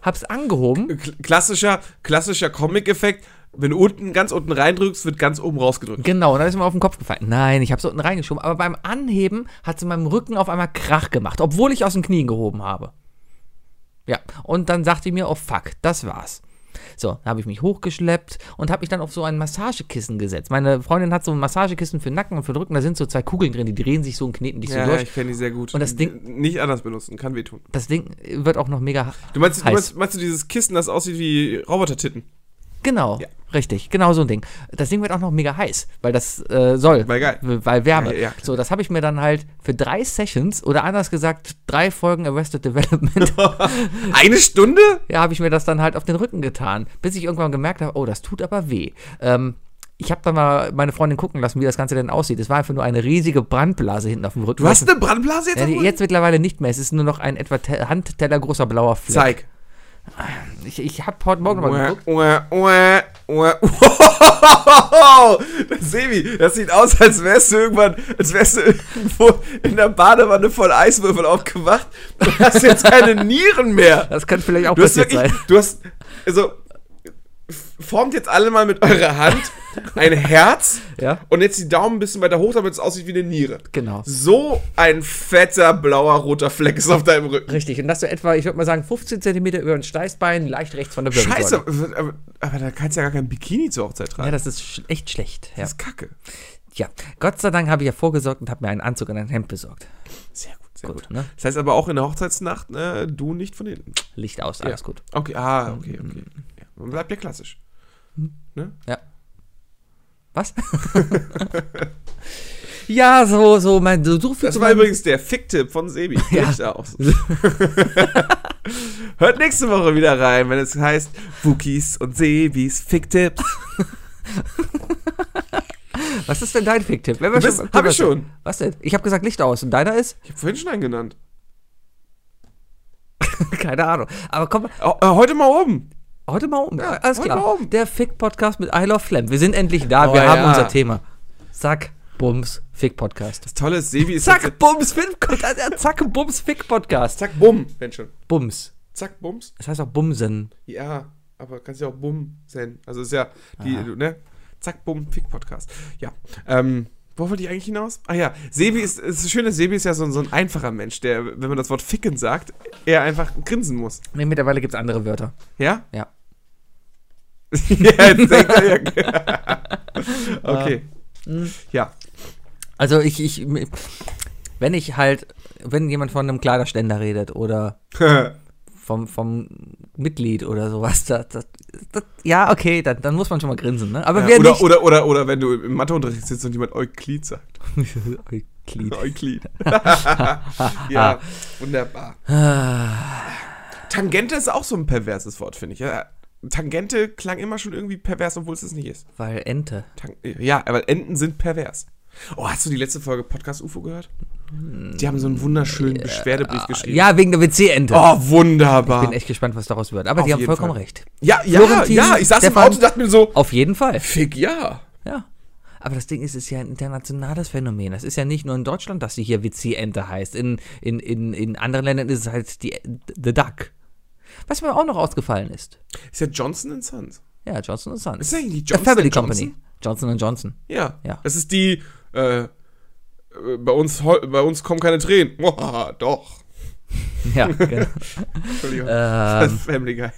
Hab's angehoben. Kl- Klassischer, klassischer Comic-Effekt. Wenn du unten, ganz unten reindrückst, wird ganz oben rausgedrückt. Genau, und dann ist mir auf den Kopf gefallen. Nein, ich habe es unten reingeschoben, aber beim Anheben hat es in meinem Rücken auf einmal Krach gemacht, obwohl ich aus den Knien gehoben habe. Ja, und dann sagte ich mir, oh fuck, das war's. So, dann habe ich mich hochgeschleppt und habe mich dann auf so ein Massagekissen gesetzt. Meine Freundin hat so ein Massagekissen für den Nacken und für den Rücken, da sind so zwei Kugeln drin, die drehen sich so und kneten dich so durch. kenne die sehr gut. Und das Ding- Nicht anders benutzen, kann wehtun. das Ding wird auch noch mega Du meinst, du heiß. meinst, meinst du dieses Kissen, das aussieht wie Roboter-Titten? Genau, Ja. richtig, genau so ein Ding. Das Ding wird auch noch mega heiß, weil das äh, soll. Weil geil. W- Weil Wärme. Ja, ja, klar. so, das habe ich mir dann halt für drei Sessions oder anders gesagt, drei Folgen Arrested Development, Eine Stunde? ja, habe ich mir das dann halt auf den Rücken getan, bis ich irgendwann gemerkt habe, oh, das tut aber weh. Ähm, ich habe dann mal meine Freundin gucken lassen, wie das Ganze denn aussieht. Es war einfach nur eine riesige Brandblase hinten auf dem Rücken. Du hast eine Brandblase jetzt? ja, am die- Rücken? jetzt mittlerweile nicht mehr. Es ist nur noch ein etwa Te Handteller großer blauer Fleck. Zeig. Ich, ich habe heute Morgen nochmal Uah, geguckt. uah, uah, uah. Wow! Das- Sebi, das sieht aus, als wärst du irgendwann, als wärst du irgendwo in der Badewanne voll Eiswürfel aufgewacht. Du hast jetzt keine Nieren mehr. Das könnte vielleicht auch Du hast passiert wirklich, sein. du hast, also, f- formt jetzt alle mal mit eurer Hand ein Herz Ja. und jetzt die Daumen ein bisschen weiter hoch, damit es aussieht wie eine Niere. Genau. So ein fetter, blauer, roter Fleck ist auf deinem Rücken. Richtig, und das so etwa, ich würde mal sagen, 15 cm über den Steißbein, leicht rechts von der Wirbelsäule. Scheiße, aber, aber da kannst du ja gar kein Bikini zur Hochzeit tragen. Ja, das ist sch echt schlecht. Ja. Das ist kacke. ja, Gott sei Dank habe ich ja vorgesorgt und habe mir einen Anzug und ein Hemd besorgt. Sehr gut, sehr Gut, gut. ne? Das heißt aber auch in der Hochzeitsnacht, ne, du nicht von hinten. Licht aus, alles gut. Okay, ah, okay, okay. Ja, man bleibt ja klassisch. Ne? Ja. Was? ja, so, so, mein, so, so viel Das zu war meinem- übrigens der Ficktipp von Sebi. Ja. Licht aus. Hört nächste Woche wieder rein, wenn es heißt Wookies und Sebis Ficktipps. Was ist denn dein Ficktipp? Wenn wir Du bist- schon- hab ich schon. Was denn? Ich habe gesagt Licht aus und deiner ist? Ich habe vorhin schon einen genannt. Keine Ahnung. Aber komm, Au- äh, heute mal oben. heute mal um. alles heute klar. mal um. Der Fick-Podcast mit I Love Flam. Wir sind endlich da, Oh, wir haben ja. unser Thema. Zack, Bums, Fick-Podcast. Das Tolle ist, Sebi ist... Zack, Bums, Fick, Zack, Bums, Fick Podcast. zack, bumm. Wenn schon. Bums. Zack, bums. Das heißt auch Bumsen. Ja, aber kannst ja auch bumm sein. Also ist ja die, ne? Zack, bumm, Fick-Podcast. Ja, ähm... Wo wollte ich eigentlich hinaus? Ah ja, Sebi ist, es ist schön, dass Sebi ist ja so, ein- so ein einfacher Mensch, der, wenn man das Wort ficken sagt, eher einfach grinsen muss. Nee, mittlerweile gibt es andere Wörter. Ja? Ja. ja, jetzt denkt er Ah. ja. okay. Hm. Ja. Also ich, ich, wenn ich halt, wenn jemand von einem Kleiderständer redet oder vom, vom Mitglied oder sowas, das, das, das, ja, okay, dann, dann muss man schon mal grinsen, ne? Aber wer oder, nicht... oder, oder, oder wenn du im Matheunterricht sitzt und jemand Euklid sagt. Euklid. Euklid. Ah. ja, wunderbar. Tangente ist auch so ein perverses Wort, finde ich. Ja, Tangente klang immer schon irgendwie pervers, obwohl es es nicht ist. Weil Ente. Tang ja, aber Enten sind pervers. Oh, hast du die letzte Folge Podcast UFO gehört? Die haben so einen wunderschönen Beschwerdebrief geschrieben. Hm. Ja, wegen der WC-Ente. Oh, wunderbar. Bin echt gespannt, was daraus wird. Aber Auf die haben jeden vollkommen Fall. recht. ja, ja, Florentin, ja. Ich saß Stefan- im Auto und dachte mir so, Auf jeden Fall. fick ja. Ja. Aber das Ding ist, es ist ja ein internationales Phänomen. Das ist ja nicht nur in Deutschland, dass sie hier WC-Ente heißt. In, in, in, in anderen Ländern ist es halt die, The Duck. Was mir auch noch ausgefallen ist. Ist ja Johnson Sons. Ja, Johnson Sons. Ist das eigentlich die The Johnson Family Johnson? Company. Johnson Johnson. Ja. Ja. Das ist die, äh, äh, bei uns, heu- bei uns kommen keine Tränen. Mohaha, doch. Ja, genau. Entschuldigung. ähm, Family Guy.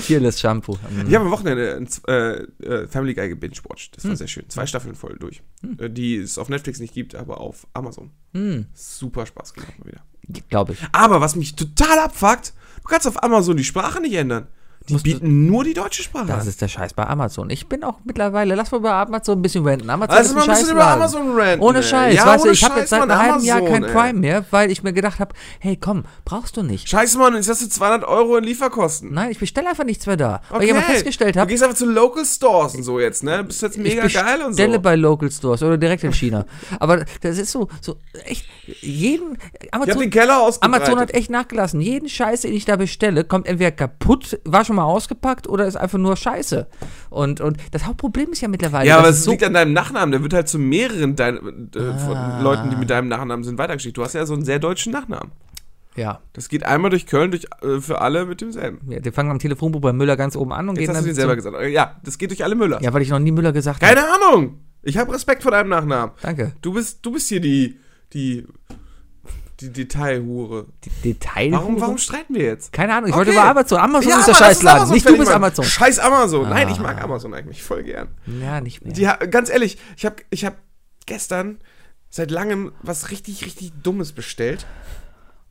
Fearless Shampoo. Mhm. Ich habe am Wochenende ein Z- äh, äh, Family Guy gebingewatcht. Das Hm. war sehr schön. Zwei Staffeln voll durch. Äh, Die es auf Netflix nicht gibt, aber auf Amazon. Hm. Super Spaß gemacht mal wieder. Glaube ich. Aber was mich total abfuckt, du kannst auf Amazon die Sprache nicht ändern. Die Musst du- bieten nur die deutsche Sprache Das an. ist der Scheiß bei Amazon. Ich bin auch mittlerweile, lass mal über Amazon ein bisschen ranten. Amazon Lass mal ein bisschen über Scheißladen. Amazon ranten, Ohne ey. Scheiß, Ja, weißt du, ohne ich habe Scheiß, jetzt seit einem Mann, halben Jahr kein Amazon, ey. Prime mehr, weil ich mir gedacht habe, hey komm, brauchst du nicht. Scheiße, Mann, jetzt hast du 200 Euro in Lieferkosten. Nein, ich bestelle einfach nichts mehr da. Weil ich aber festgestellt Du habe, gehst einfach zu Local Stores und so jetzt, ne? Du bist jetzt mega ich geil und bestelle so. bei Local Stores oder direkt in China. aber das ist so, so echt, jeden, Ich hab Amazon, den Keller ausgebreitet. Amazon hat echt nachgelassen. Jeden Scheiß, den ich da bestelle, kommt entweder kaputt, war schon mal ausgepackt oder ist einfach nur Scheiße. Und, und das Hauptproblem Also ist ja mittlerweile, ja, aber dass es liegt an deinem Nachnamen. Der wird halt zu mehreren dein, äh, Ah. von Leuten, die mit deinem Nachnamen sind, weitergeschickt. Du hast ja so einen sehr deutschen Nachnamen. ja. Das geht einmal durch Köln durch, äh, für alle mit demselben. Ja, die fangen am Telefonbuch bei Müller ganz oben an und Jetzt gehen hast du dann. den selber zum- gesagt. Äh, Ja, das geht durch alle Müller. ja, weil ich noch nie Müller gesagt habe. Keine Ahnung. Ich habe Respekt vor deinem Nachnamen. Danke. Du bist, du bist hier die, die, die Detailhure. Detail. Warum, warum streiten wir jetzt? Keine Ahnung, ich wollte Okay. über Amazon. Amazon Ja, ist der aber lass uns Scheißladen. Amazon Nicht du fertig bist machen. Amazon. Ah. Scheiß Amazon. Nein, ich mag Amazon eigentlich voll gern. Ja, nicht mehr. Die, ha- ganz ehrlich, ich habe ich hab gestern seit langem was richtig, richtig Dummes bestellt.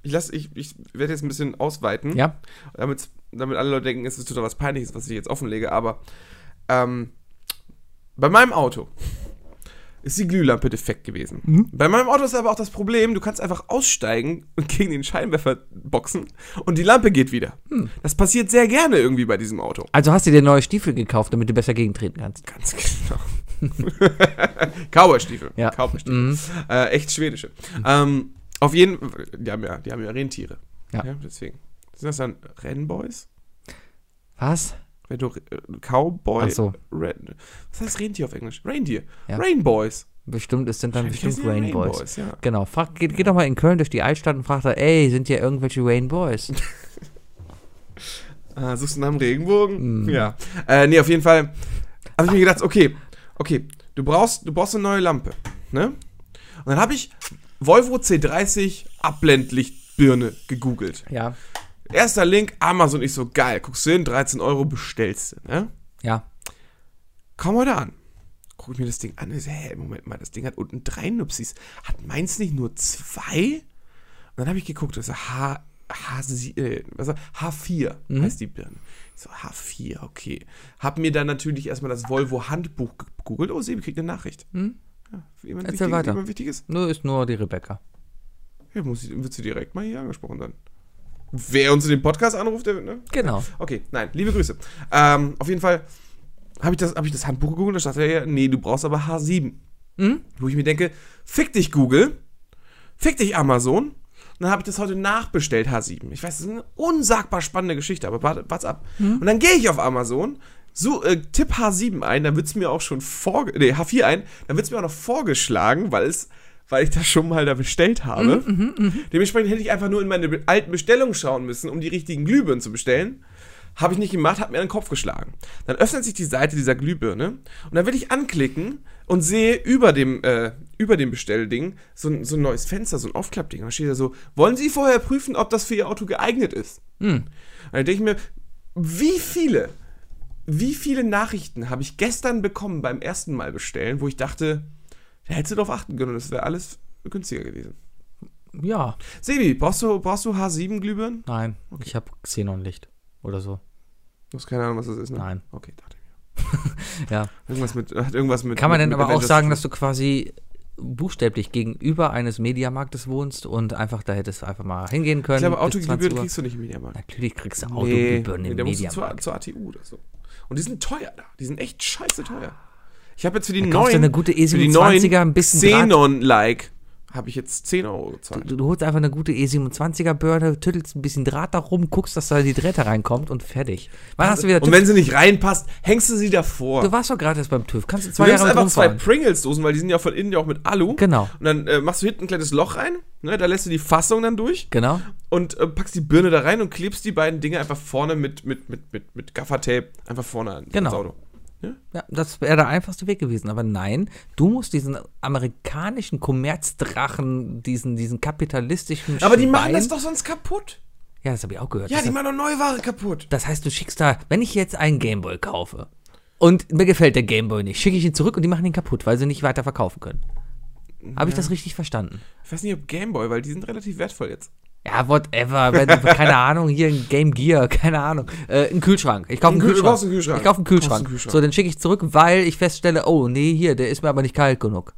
Ich, lass- ich, ich werde jetzt ein bisschen ausweiten, ja. damit, damit alle Leute denken, es ist total was Peinliches, was ich jetzt offenlege. Aber ähm, bei meinem Auto ist die Glühlampe defekt gewesen. Bei meinem Auto ist aber auch das Problem, du kannst einfach aussteigen und gegen den Scheinwerfer boxen und die Lampe geht wieder. Das passiert sehr gerne irgendwie bei diesem Auto. Also hast du dir neue Stiefel gekauft, damit du besser gegentreten kannst. Ganz genau. Cowboystiefel. Ja. Mhm. Cowboystiefel. Äh, echt schwedische. Ähm, auf jeden Fall, die haben ja, die haben ja Rentiere. Ja. Deswegen. Sind das dann Rennboys? genau. Was? Wenn du äh, Cowboy. Ach so. Ren, was heißt Rentier auf Englisch? Reindeer. Ja. Rainboys. Bestimmt, es sind dann Wahrscheinlich bestimmt heißen die Rainbows. Rainbows, ja. Genau. Frag, geh, geh doch mal in Köln durch die Altstadt und frag da, ey, sind hier irgendwelche Rainbows? Ah, suchst du nach dem Regenbogen? Mhm. Ja. Äh, nee, auf jeden Fall habe ich mir gedacht, okay, okay, du brauchst, du brauchst eine neue Lampe. Ne? Und dann habe ich Volvo C30 Abblendlichtbirne gegoogelt. ja. Erster Link, Amazon. Ich so, geil, guckst du hin, 13 Euro bestellst du, ne? Ja. Komm heute an. Guck ich mir das Ding an. Ich so, hä, Moment mal, das Ding hat unten drei Nupsis. Hat meins nicht nur zwei? Und dann habe ich geguckt, das ist H, H, äh, was war- H4 Mhm. heißt die Birne. Ich so, H4, okay. Hab mir dann natürlich erstmal das Volvo-Handbuch gegoogelt. Oh, Sebi kriegt eine Nachricht. Ja, jemand Mhm. Erzähl wichtig- weiter. Jemand Wichtiges? Nur ist nur die Rebecca. Ja, muss ich, wird sie direkt mal hier angesprochen dann. Wer uns in den Podcast anruft, der, ne? Genau. Okay, nein, liebe Grüße. Ähm, auf jeden Fall habe ich, das- hab ich das Handbuch gegoogelt und da dachte er, nee, du brauchst aber H7. Wo ich mir denke, fick dich Google, fick dich Amazon. Und dann habe ich das heute nachbestellt, H7. Ich weiß, das ist eine unsagbar spannende Geschichte, aber warte- wart's ab. Und dann gehe ich auf Amazon, so, äh, tipp H7 ein, dann wird's mir auch schon vor, nee, H4 ein, dann wird's mir auch noch vorgeschlagen, weil es, weil ich das schon mal da bestellt habe. Dementsprechend hätte ich einfach nur in meine be- alten Bestellungen schauen müssen, um die richtigen Glühbirnen zu bestellen. Habe ich nicht gemacht, hat mir in den Kopf geschlagen. Dann öffnet sich die Seite dieser Glühbirne und dann will ich anklicken und sehe über dem, äh, über dem Bestellding so ein, so ein neues Fenster, so ein Aufklappding. Und Da steht da so, wollen Sie vorher prüfen, ob das für Ihr Auto geeignet ist? Und dann denke ich mir, wie viele, wie viele Nachrichten habe ich gestern bekommen beim ersten Mal bestellen, wo ich dachte, da hättest du drauf achten können, das wäre alles günstiger gewesen. Ja, Sebi, brauchst du, brauchst du H7-Glühbirnen? nein. Ich habe Xenonlicht oder so. Du hast keine Ahnung, was das ist, ne? Nein. Okay, dachte ich. Ja. mir. Irgendwas mit, äh, hat irgendwas mit. Kann man mit, denn mit aber auch Avengers sagen, zu dass du quasi buchstäblich gegenüber eines Mediamarktes wohnst und einfach da hättest du einfach mal hingehen tun. können? Ich glaube, bis 20 Autoglühbirnen Uhr? kriegst du nicht im Mediamarkt. Natürlich kriegst du Nee, Autoglühbirnen nee, im halt. da musst du zur, Mediamarkt. zur ATU oder so. Und die sind teuer da. Die sind echt scheiße teuer. Ich habe jetzt für die kaufst neuen. du eine gute für die E27er, ein bisschen Draht. Xenon-like habe ich jetzt 10 Euro gezahlt. Du, du holst einfach eine gute E27er-Birne, tüttelst ein bisschen Draht da rum, guckst, dass da die Drähte reinkommt und fertig. Wann hast du wieder Und wenn sie nicht reinpasst, hängst du sie davor. Du warst doch gerade erst beim TÜV. Kannst du Du zwei nimmst Jahre mit einfach zwei rumfahren? Pringles-Dosen, weil die sind ja von innen ja auch mit Alu. Genau. Und dann äh, machst du hinten ein kleines Loch rein, ne, da lässt du die Fassung dann durch Genau. und äh, packst die Birne da rein und klebst die beiden Dinge einfach vorne mit, mit, mit, mit, mit Gaffertape einfach vorne an Genau. ans Auto. Ja, das wäre der einfachste Weg gewesen. Aber nein, du musst diesen amerikanischen Kommerzdrachen, diesen, diesen kapitalistischen Aber die machen Schwein- das doch sonst kaputt. Ja, das habe ich auch gehört. Ja, das, die machen doch Neuware kaputt. das heißt, du schickst da, wenn ich jetzt einen Gameboy kaufe und mir gefällt der Gameboy nicht, schicke ich ihn zurück und die machen ihn kaputt, weil sie nicht weiter verkaufen können. Habe ich das richtig verstanden? Ich weiß nicht, ob Gameboy, weil die sind relativ wertvoll jetzt. Ja, whatever. Wenn, keine Ahnung, hier ein Game Gear, keine Ahnung. Äh, ein Kühlschrank. Ich kaufe einen Ein Kühl- du Kühlschrank. kaufst einen Kühlschrank. Ich kaufe einen Du kaufst Kühlschrank. einen Kühlschrank. So, dann schicke ich zurück, weil ich feststelle, oh, nee, hier, der ist mir aber nicht kalt genug.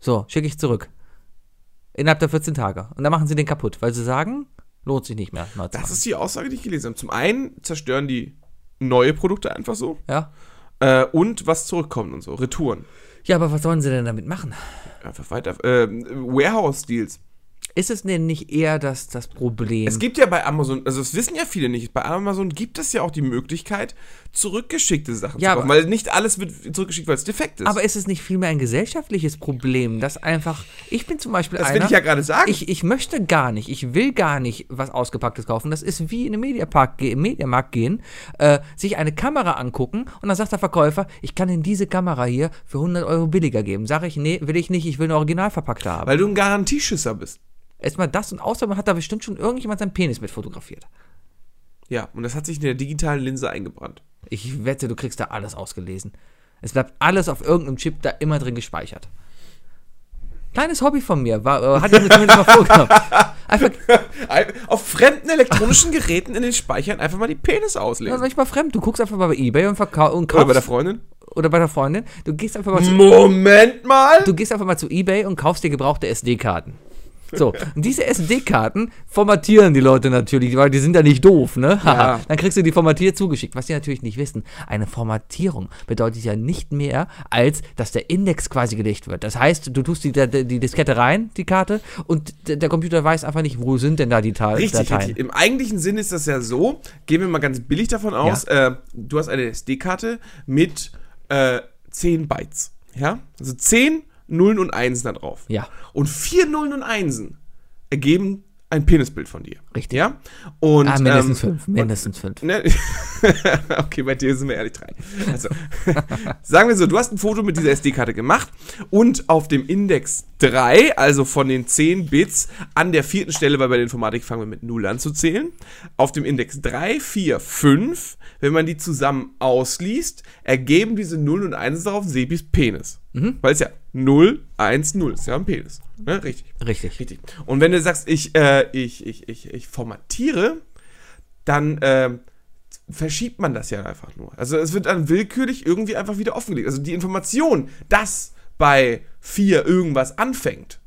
So, schicke ich zurück. Innerhalb der 14 Tage. Und dann machen sie den kaputt, weil sie sagen, lohnt sich nicht mehr. neu zu Das machen. ist die Aussage, die ich gelesen habe. Zum einen zerstören die neue Produkte einfach so ja. äh, und was zurückkommt und so. Retouren. ja, aber was sollen sie denn damit machen? Einfach weiter. Äh, Warehouse-Deals. Ist es denn nicht eher das, das Problem? Es gibt ja bei Amazon, also das wissen ja viele nicht, bei Amazon gibt es ja auch die Möglichkeit, zurückgeschickte Sachen Ja, zu kaufen, aber- weil nicht alles wird zurückgeschickt, weil es defekt ist. aber ist es nicht vielmehr ein gesellschaftliches Problem, dass einfach, ich bin zum Beispiel das einer, will ich ja gerade sagen. Ich, ich möchte gar nicht, ich will gar nicht was Ausgepacktes kaufen. Das ist wie in den Mediapark, ge- im Mediamarkt gehen, äh, sich eine Kamera angucken und dann sagt der Verkäufer, ich kann Ihnen diese Kamera hier für 100 Euro billiger geben. Sage ich, nee, will ich nicht, ich will eine originalverpackte haben. weil du ein Garantieschisser bist. Erstmal das und außerdem hat da bestimmt schon irgendjemand seinen Penis mit fotografiert. Ja, und das hat sich in der digitalen Linse eingebrannt. Ich wette, du kriegst da alles ausgelesen. Es bleibt alles auf irgendeinem Chip da immer drin gespeichert. Kleines Hobby von mir, war, äh, hatte ich mir zumindest mal vorgenommen. Einfach, Ein- Auf fremden elektronischen Geräten in den Speichern einfach mal die Penis das ist auslesen. nicht mal fremd. Du guckst einfach mal bei Ebay und, verkau- und Oder bei der kaufst Freundin? oder bei der Freundin, du gehst einfach mal zu, Moment mal! du gehst einfach mal zu eBay und kaufst dir gebrauchte SD-Karten. So, und diese SD-Karten formatieren die Leute natürlich, weil die sind ja nicht doof, ne? Haha. Ja. Dann kriegst du die formatiert zugeschickt, was die natürlich nicht wissen. Eine Formatierung bedeutet ja nicht mehr, als dass der Index quasi gelegt wird. Das heißt, du tust die, die, die Diskette rein, die Karte, und d- der Computer weiß einfach nicht, wo sind denn da die Ta Richtig, Dateien. richtig. Im eigentlichen Sinn ist das ja so, gehen wir mal ganz billig davon aus, äh, du hast eine SD-Karte mit äh, 10 Bytes. Ja? Also 10 Nullen und Einsen da drauf. Ja. Und 4 Nullen und Einsen ergeben ein Penisbild von dir. Richtig. Ja? Und, Ah, mindestens ähm, fünf, mindestens fünf. Ne? okay, bei dir sind wir ehrlich drei. Also, sagen wir so, du hast ein Foto mit dieser SD-Karte gemacht und auf dem Index 3, also von den 10 Bits an der vierten Stelle, weil bei der Informatik fangen wir mit 0 an zu zählen, auf dem Index 3, 4, 5, wenn man die zusammen ausliest, ergeben diese 0 und 1 darauf Sebis Penis. Weil es ja 0, 1, 0 ist ja ein Penis. Ne? Richtig. Richtig. Richtig. Und wenn du sagst, ich, äh, ich, ich, ich, ich formatiere, dann äh, verschiebt man das ja einfach nur. Also es wird dann willkürlich irgendwie einfach wieder offengelegt. Also die Information, dass bei 4 irgendwas anfängt,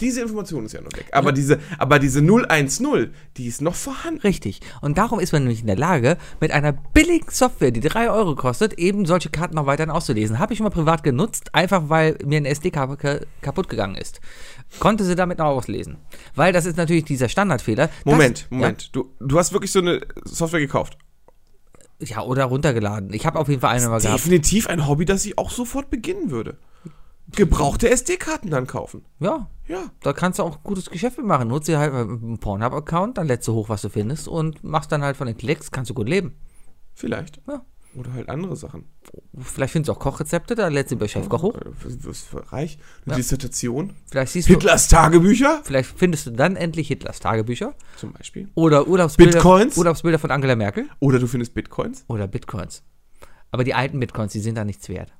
diese Information ist ja noch weg. Aber diese, aber diese 010, die ist noch vorhanden. Richtig. Und darum ist man nämlich in der Lage, mit einer billigen Software, die 3 Euro kostet, eben solche Karten noch weiterhin auszulesen. Habe ich schon mal privat genutzt, einfach weil mir ein SD-Kabel ka- kaputt gegangen ist. Konnte sie damit noch auslesen. Weil das ist natürlich dieser Standardfehler. dass- Moment, Moment. Du, du hast wirklich so eine Software gekauft. Ja, ja, oder runtergeladen. Ich habe auf jeden Fall eine mal gehabt. Definitiv ein Hobby, das ich auch sofort beginnen würde. gebrauchte SD-Karten dann kaufen. Ja, Ja. da kannst du auch gutes Geschäft mit machen. Nutzt dir halt einen Pornhub-Account, dann lädst du hoch, was du findest und machst dann halt von den Klicks, kannst du gut leben. Vielleicht. Ja. Oder halt andere Sachen. Vielleicht findest du auch Kochrezepte, dann lädst du bei Chefkoch hoch. Äh, Du wirst reich. Eine Dissertation. Vielleicht siehst du, Hitlers Tagebücher. vielleicht findest du dann endlich Hitlers Tagebücher Zum Beispiel. oder Urlaubsbilder, Bitcoins? Urlaubsbilder von Angela Merkel Oder du findest Bitcoins. oder Bitcoins. Aber die alten Bitcoins, die sind da nichts wert.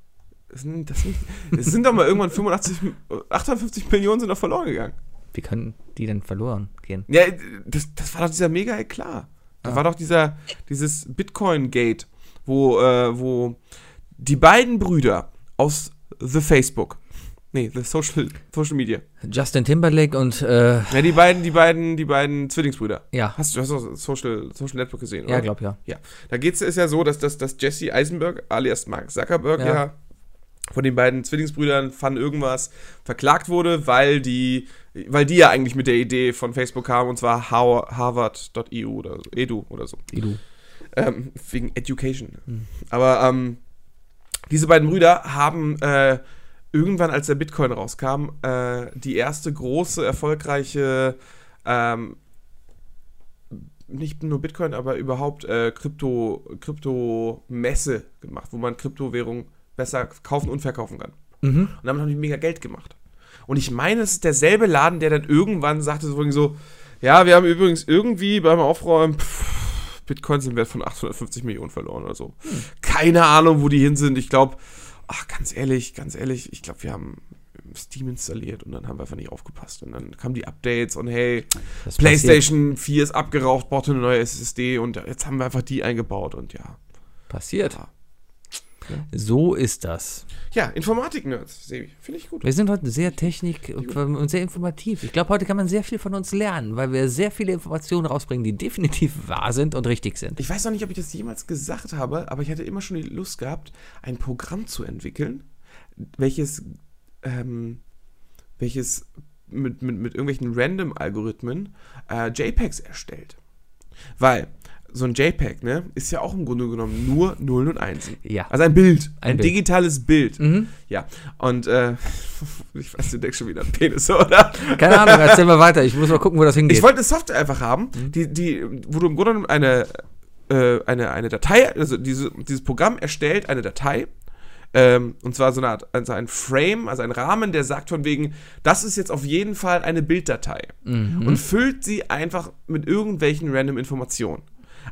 Das sind, das sind, das sind doch mal irgendwann 85, äh, 58 Millionen sind doch verloren gegangen. Wie können die denn verloren gehen? Ja, das, das war doch dieser mega klar. Da war doch dieser, dieses Bitcoin-Gate, wo, äh, wo die beiden Brüder aus The Facebook, nee, The Social, Social Media, Justin Timberlake und äh, ja, die beiden, die beiden, die beiden Zwillingsbrüder. ja, Hast du hast du Social, Social Network gesehen, oder? ja, glaub ja. Ja, da geht's ist ja so, dass, dass, dass Jesse Eisenberg alias Mark Zuckerberg ja. Ja. von den beiden Zwillingsbrüdern fand irgendwas verklagt wurde, weil die weil die ja eigentlich mit der Idee von Facebook kamen und zwar Har- harvard.eu E oder so, edu oder so. Du. Ähm, wegen Education. Aber ähm, diese beiden Brüder haben äh, irgendwann, als der Bitcoin rauskam, äh, die erste große, erfolgreiche, ähm, nicht nur Bitcoin, aber überhaupt äh, Krypto, Kryptomesse gemacht, wo man Kryptowährung besser kaufen und verkaufen kann. Mhm. Und damit haben die mega Geld gemacht. Und ich meine, es ist derselbe Laden, der dann irgendwann sagte so, so ja, wir haben übrigens irgendwie beim Aufräumen pff, Bitcoins im Wert von 850 Millionen verloren oder so. Keine Ahnung, wo die hin sind. Ich glaube, ach, ganz ehrlich, ganz ehrlich, ich glaube, wir haben Steam installiert und dann haben wir einfach nicht aufgepasst. Und dann kamen die Updates und hey, Das PlayStation 4 ist abgeraucht, brauchte eine neue SSD und jetzt haben wir einfach die eingebaut und ja. Passiert. Ja. So ist das. Ja, Informatik-Nerds, Sebi, finde ich gut. Wir sind heute sehr technik und sehr informativ. Ich glaube, heute kann man sehr viel von uns lernen, weil wir sehr viele Informationen rausbringen, die definitiv wahr sind und richtig sind. Ich weiß noch nicht, ob ich das jemals gesagt habe, aber ich hatte immer schon die Lust gehabt, ein Programm zu entwickeln, welches, ähm, welches mit, mit, mit irgendwelchen Random-Algorithmen äh, JPEGs erstellt. Weil so ein JPEG, ne, ist ja auch im Grunde genommen nur Nullen und Einsen. Ja. Also ein Bild, ein, Ein Bild. Mhm. digitales Bild. Ja, und äh, ich weiß, du denkst schon wieder an Penis, oder? Keine Ahnung, erzähl mal weiter. Ich muss mal gucken, wo das hingeht. Ich wollte eine Software einfach haben, die, die, wo du im Grunde genommen eine, äh, eine, eine Datei, also diese, dieses Programm erstellt eine Datei, ähm, und zwar so eine Art, also ein Frame, also ein Rahmen, der sagt von wegen, das ist jetzt auf jeden Fall eine Bilddatei. Und füllt sie einfach mit irgendwelchen random Informationen.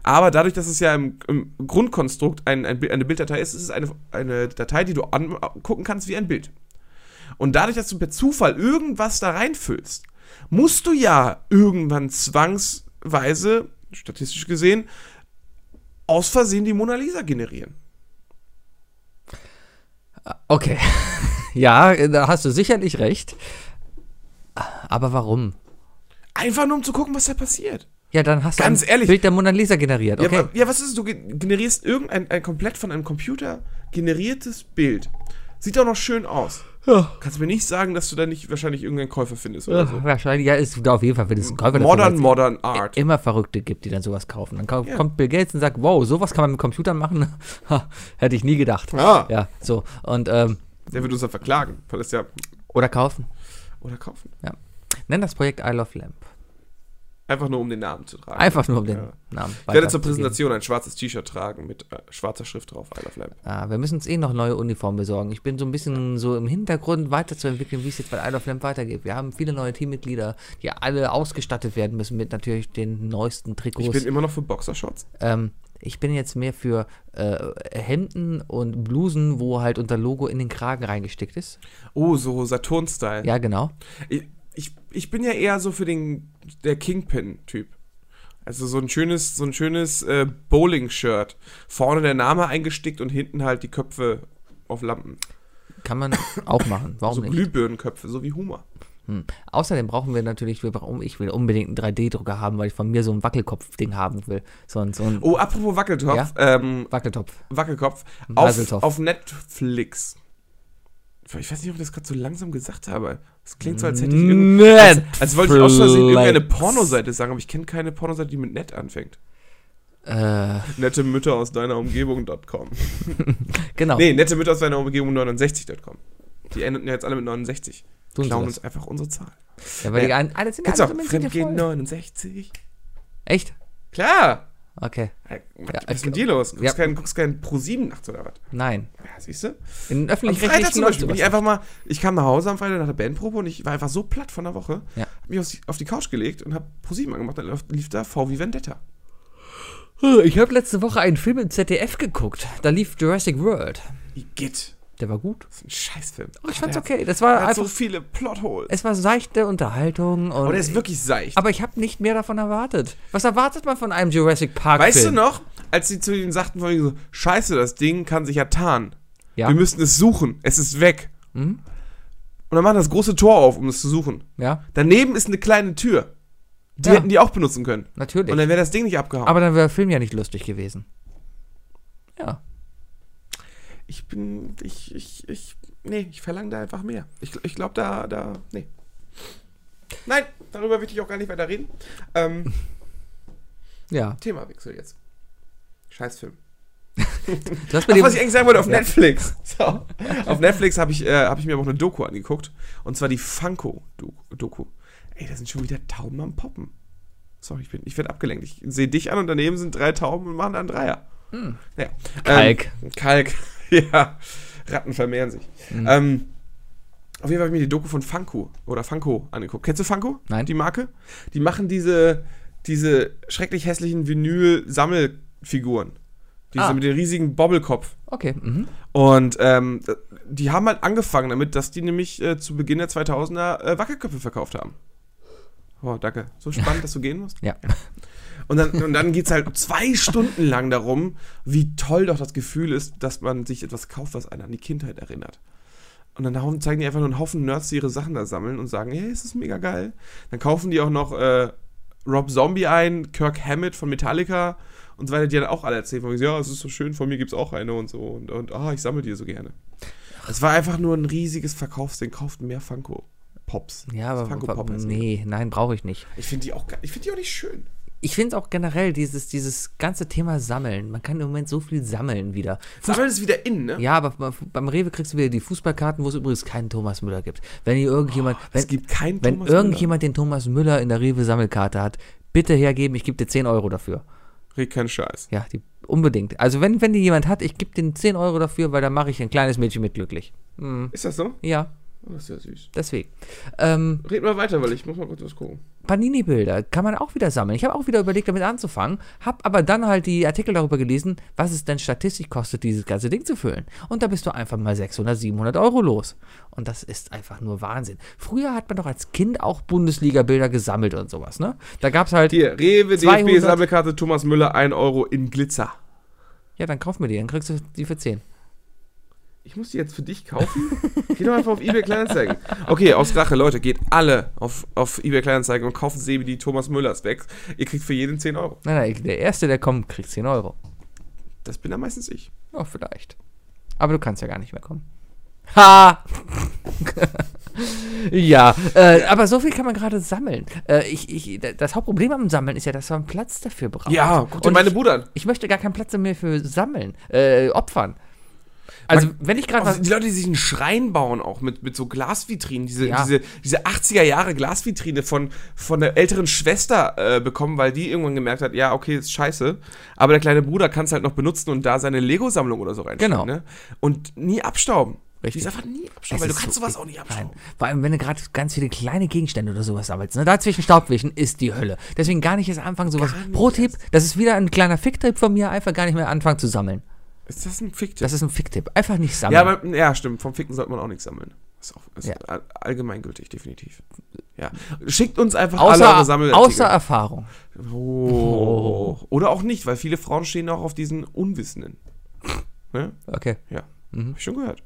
Aber dadurch, dass es ja im, im Grundkonstrukt ein, ein, Bi- eine Bilddatei ist, ist es eine, eine Datei, die du angucken kannst wie ein Bild. Und dadurch, dass du per Zufall irgendwas da reinfüllst, musst du ja irgendwann zwangsweise, statistisch gesehen, aus Versehen die Mona Lisa generieren. Okay. Ja, da hast du sicherlich recht. Aber warum? Einfach nur, um zu gucken, was da passiert. Ja, dann hast Ganz du ein ehrlich. Bild der Mona Lisa generiert. Ja, Okay. wa- ja was ist es? Du ge- generierst irgendein ein komplett von einem Computer generiertes Bild. Sieht auch noch schön aus. Ja. Kannst mir nicht sagen, dass du da nicht wahrscheinlich irgendeinen Käufer findest oder Ugh, wahrscheinlich, ja, ist auf jeden Fall, wenn es ein Käufer so. davon Modern, weiß. modern Art. immer Verrückte gibt, die dann sowas kaufen. Dann kau- Ja. kommt Bill Gates und sagt, wow, sowas kann man mit Computern machen. Ha, Hätte ich nie gedacht. Ja. ja so. Und, ähm, Der wird uns dann verklagen, weil das ja. oder kaufen. Oder kaufen. Nenn das Projekt I Love Lamp. Einfach nur, um den Namen zu tragen. Einfach nur um den Ja. Namen. Ich werde zur weiterzugeben. Präsentation ein schwarzes T-Shirt tragen mit äh, schwarzer Schrift drauf, I love Lamp. Ah, wir müssen uns eh noch neue Uniformen besorgen. Ich bin so ein bisschen so im Hintergrund weiterzuentwickeln, wie es jetzt bei Isle of Lamp weitergeht. Wir haben viele neue Teammitglieder, die alle ausgestattet werden müssen mit natürlich den neuesten Trikots. Ich bin immer noch für Boxershorts. ähm, ich bin jetzt mehr für äh, Hemden und Blusen, wo halt unser Logo in den Kragen reingestickt ist. Oh, so Saturn-Style. Ja, genau. Ich, ich, ich bin ja eher so für den der Kingpin-Typ. Also so ein schönes, so ein schönes äh, Bowling-Shirt. Vorne der Name eingestickt und hinten halt die Köpfe auf Lampen. Kann man auch machen. Warum So nicht? Glühbirnenköpfe, so wie Humor. Hm. Außerdem brauchen wir natürlich, wir brauchen, ich will unbedingt einen 3D-Drucker haben, weil ich von mir so ein Wackelkopf-Ding haben will. So ein, so ein Oh, apropos Wackelkopf, ähm, Wackeltopf. Wackelkopf. Auf, Wackeltopf. auf Netflix. Ich weiß nicht, ob ich das gerade so langsam gesagt habe. Es klingt so, als hätte ich irgend- als, als wollte ich aus Versehen irgendeine Netflix. Pornoseite sagen, aber ich kenne keine Pornoseite, die mit nett anfängt. Äh, Nette Mütter aus deiner Umgebung.com. genau. Nee, nette Mütter aus deiner Umgebung 69.com. Die enden ja jetzt alle mit 69. Tun sie Klauen das? uns einfach unsere Zahl. Ja, weil die Ja. einen, alle sind Kennst du alle auch Menschen sind ja Fremdgehen voll. 69? Echt? Klar! Okay. Ja, Ja, Was ist mit okay. dir los? Guckst Ja. kein, guckst kein Pro7 nachts oder was? Nein. Ja, siehst du? In den Am Freitag öffentlich-rechtlichen zum läuft Beispiel bin sowas. ich einfach mal, ich kam nach Hause am Freitag nach der Bandprobe und ich war einfach so platt von der Woche, Ja. hab mich auf die, auf die Couch gelegt und hab ProSieben angemacht, dann lief- lief da V wie Vendetta. Ich habe letzte Woche einen Film im ZDF geguckt. Da lief Jurassic World. Igitt. Der war gut. Das ist ein Scheißfilm. Oh, ich fand's Der hat- okay. Das war Der hat so einfach. viele Plotholes. Es war seichte Unterhaltung und. Aber der ist wirklich seicht. aber ich habe nicht mehr davon erwartet. Was erwartet man von einem Jurassic Park? Weißt du Film? noch, als sie zu ihm sagten, von wegen so, scheiße, das Ding kann sich ja tarnen. Ja. Mhm. Wir müssen es suchen. Es ist weg. Und dann machen das große Tor auf, um es zu suchen. Ja, Daneben ist eine kleine Tür. Die Ja. hätten die auch benutzen können. natürlich. Und dann wäre das Ding nicht abgehauen. aber dann wäre der Film ja nicht lustig gewesen. Ja. ich bin, ich, ich, ich, nee, ich verlange da einfach mehr. Ich, gl- ich glaube, da, da, nee. Nein, darüber will ich auch gar nicht weiter reden. Ähm, Ja. Themawechsel jetzt. Scheißfilm. Das Ach, was ich eigentlich sagen wollte, auf Ja. Netflix. So. Auf Netflix habe ich, äh, hab ich mir auch eine Doku angeguckt. Und zwar die Funko-Doku. Ey, da sind schon wieder Tauben am Poppen. Sorry, ich, bin- ich werde abgelenkt. Ich sehe dich an und daneben sind drei Tauben und machen dann Dreier. Ja. Hm. Kalk. Ähm, Kalk. ja. Ratten vermehren sich. Hm. Ähm, auf jeden Fall habe ich mir die Doku von Funko oder Funko angeguckt. Kennst du Funko? Nein. Die Marke? Die machen diese, diese schrecklich hässlichen Vinyl-Sammelfiguren. Diese Ah. mit dem riesigen Bobbelkopf. okay. Mhm. Und ähm, die haben halt angefangen damit, dass die nämlich äh, zu Beginn der 2000er äh, Wackelköpfe verkauft haben. Oh, danke. So spannend, dass du gehen musst. Ja. Und dann, und dann geht es halt zwei Stunden lang darum, wie toll doch das Gefühl ist, dass man sich etwas kauft, was einen an die Kindheit erinnert. Und dann hauen- zeigen die einfach nur einen Haufen Nerds, die ihre Sachen da sammeln und sagen, hey, es ist mega geil. Dann kaufen die auch noch äh, Rob Zombie ein, Kirk Hammett von Metallica und so weiter, die dann auch alle erzählen, von, wegen, ja, es ist so schön, von mir gibt es auch eine und so. Und, und ah, ich sammle die so gerne. Es war einfach nur ein riesiges Verkaufsding, kauft mehr Funko. Pops. Ja, aber Funko wa- Pop heißen die. nee, nein, brauche ich nicht. Ich finde die auch ge- ich finde die auch nicht schön. Ich finde es auch generell dieses dieses ganze Thema Sammeln. Man kann im Moment so viel sammeln wieder. Sammeln ist wieder in, ne? Ja, aber beim- beim Rewe kriegst du wieder die Fußballkarten, wo es übrigens keinen Thomas Müller gibt. Wenn hier irgendjemand, wenn, Oh, es gibt keinen wenn Thomas irgendjemand den Thomas Müller in der Rewe Sammelkarte hat, bitte hergeben, ich gebe dir 10 Euro dafür. Müller. Red keinen Scheiß. Ja, die, unbedingt. Also wenn, wenn die jemand hat, ich gebe den 10 Euro dafür, weil dann mache ich ein kleines Mädchen mit glücklich. Ist das so? Ja, Oh, das ist ja süß. deswegen. Ähm, Red mal weiter, weil ich muss mal kurz was gucken. Panini-Bilder kann man auch wieder sammeln. Ich habe auch wieder überlegt, damit anzufangen, habe aber dann halt die Artikel darüber gelesen, was es denn statistisch kostet, dieses ganze Ding zu füllen. Und da bist du einfach mal 600, 700 Euro los. Und das ist einfach nur Wahnsinn. Früher hat man doch als Kind auch Bundesliga-Bilder gesammelt und sowas, ne? Da gab es halt, Hier, Rewe, 200. DFB, Sammelkarte, Thomas Müller, 1 Euro in Glitzer. ja, dann kauf mir die, dann kriegst du die für 10. Ich muss die jetzt für dich kaufen? Geh doch einfach auf eBay Kleinanzeigen. Okay, aus Rache, Leute, geht alle auf, auf eBay Kleinanzeigen und kaufen Sebi die Thomas Müllers weg. Ihr kriegt für jeden 10 Euro. Nein, nein, der Erste, der kommt, kriegt 10 Euro. Das bin dann meistens ich. Ja, vielleicht. Aber du kannst ja gar nicht mehr kommen. Ha! ja, äh, aber so viel kann man gerade sammeln. Äh, ich, ich, das Hauptproblem am Sammeln ist ja, dass man Platz dafür braucht. Ja, guck dir Und meine ich- Bude an. Ich möchte gar keinen Platz mehr für sammeln, äh, opfern. Also, wenn ich gerade Auch was. die Leute, die sich einen Schrein bauen, auch mit, mit so Glasvitrinen, diese, Ja. diese, diese 80er Jahre Glasvitrine von, von der älteren Schwester äh, bekommen, weil die irgendwann gemerkt hat, ja, okay, ist scheiße. Aber der kleine Bruder kann es halt noch benutzen und da seine Lego-Sammlung oder so reinstellen. Genau. Ne? Und nie abstauben. Richtig. Die ist einfach nie Es abstauben, weil du ist kannst so- sowas auch nicht Nein. abstauben. Vor allem, wenn du gerade ganz viele kleine Gegenstände oder sowas sammelst. Ne? Dazwischen Staubwischen ist die Hölle. Deswegen gar nicht erst anfangen, sowas. Pro-Tipp, das ist wieder ein kleiner Ficktipp von mir, einfach gar nicht mehr anfangen zu sammeln. Ist das ein Ficktipp? Das ist ein Ficktipp. Einfach nicht sammeln. ja, aber, ja, stimmt. Vom Ficken sollte man auch nichts sammeln. Ist auch ist Ja. all- allgemeingültig, definitiv. Ja. Schickt uns einfach alle eure Außer, Sammelartikel. außer Erfahrung. Oh. Oder auch nicht, weil viele Frauen stehen auch auf diesen Unwissenden. Ne? Okay. Ja. Hab ich schon gehört.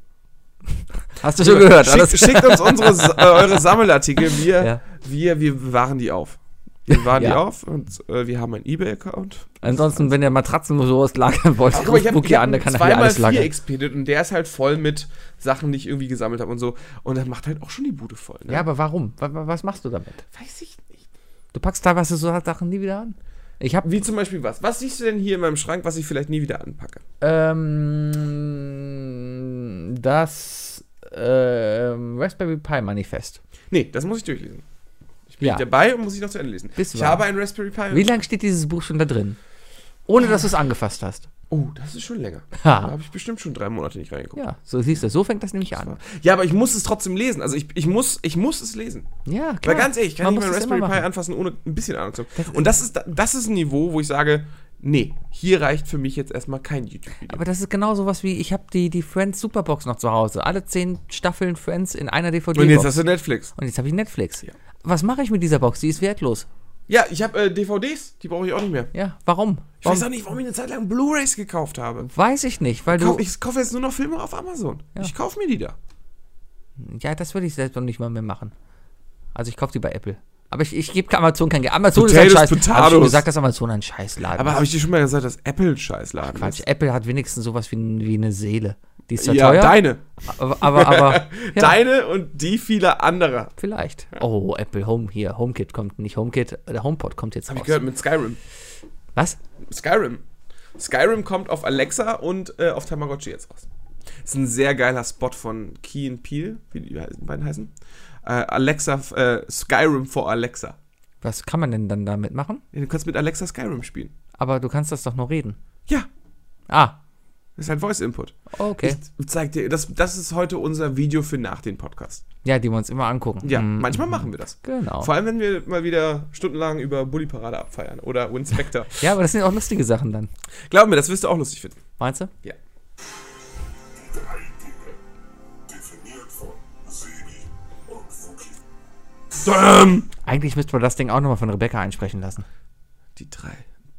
Hast du schon Mhm. gehört? Schickt, schickt uns unsere, Sa- äh, eure Sammelartikel. Wir, Ja. wir, wir bewahren die auf. Wir bewahren Ja. die auf und äh, wir haben einen Ebay-Account. Ansonsten, wenn ihr Matratzen oder sowas lagern wollt, Guck mal, ich ruft Buki an, habe der hab kann nachher zweimal alles vier lagern. Expedit und der ist halt voll mit Sachen, die ich irgendwie gesammelt habe und so. Und das macht halt auch schon die Bude voll. Ne? Ja, aber warum? Wa- wa- Was machst du damit? weiß ich nicht. Du packst teilweise so Sachen nie wieder an. Ich habe Wie zum Beispiel was? Was siehst du denn hier in meinem Schrank, was ich vielleicht nie wieder anpacke? ähm, das äh, Raspberry Pi Manifest. Nee, das muss ich durchlesen. Ich bin Ja. nicht dabei und muss ich noch zu Ende lesen. Bist du ich wahr? habe ein Raspberry Pi. Wie lange steht dieses Buch schon da drin? Ohne dass du es angefasst hast. Oh, das ist schon länger. Ha. Da habe ich bestimmt schon drei Monate nicht reingeguckt. Ja, so siehst du, so fängt das nämlich an. Ja, aber ich muss es trotzdem lesen. Also ich, ich, muss, ich muss es lesen. Ja, Weil klar. ganz ehrlich, ich kann Man nicht mal muss es Raspberry immer Pi machen. anfassen, ohne ein bisschen Ahnung zu haben. und das ist, das ist ein Niveau, wo ich sage, nee, hier reicht für mich jetzt erstmal kein YouTube-Video. Aber das ist genau sowas wie, ich habe die, die Friends Superbox noch zu Hause. Alle zehn Staffeln Friends in einer DVD. Und jetzt Box. hast du Netflix. Und jetzt habe ich Netflix. Was mache ich mit dieser Box? Die ist wertlos. Ja, ich habe äh, DVDs, die brauche ich auch nicht mehr. Ja, warum? Ich warum? weiß auch nicht, warum ich eine Zeit lang Blu-Rays gekauft habe. Weiß ich nicht, weil du. Kauf, ich kaufe jetzt nur noch Filme auf Amazon. Ich kaufe mir die da. ja, das würde ich selbst noch nicht mal mehr machen. Also ich kaufe die bei Apple. Aber ich, ich gebe Amazon kein Geld. Amazon ist ein Potatoes, Scheiß. Hab ich schon potatoes. gesagt, dass Amazon ein Scheißladen Aber ist. habe ich dir schon mal gesagt, dass Apple ein Scheißladen Quatsch, ist? Apple hat wenigstens sowas wie, wie eine Seele. Die ist zwar Ja, teuer, deine. aber, aber, aber ja, Deine und die vieler anderer. vielleicht. Oh, Apple Home hier, HomeKit kommt nicht HomeKit, der HomePod kommt jetzt Hab ich raus. gehört mit Skyrim. Was? Skyrim. Skyrim kommt auf Alexa und äh, auf Tamagotchi jetzt raus. Ist ein sehr geiler Spot von Key and Peel, wie die beiden heißen. Äh, Alexa, äh, Skyrim for Alexa. Was kann man denn dann damit machen? Ja, Du kannst mit Alexa Skyrim spielen. Aber du kannst das doch nur reden. Ja, Ah, das ist halt Voice Input. okay. Ich zeig dir, das, das ist heute unser Video für nach den Podcast. ja, die wir uns immer angucken. Ja, Hm, manchmal machen wir das. Genau. Vor allem, wenn wir mal wieder stundenlang über Bully Parade abfeiern oder Winspector. Ja, aber das sind auch lustige Sachen dann. Glaub mir, das wirst du auch lustig finden. Meinst du? Ja. Drei Dinge, definiert von Sebi und Fuki. Damn! Eigentlich müsste man das Ding auch nochmal von Rebecca einsprechen lassen. Die drei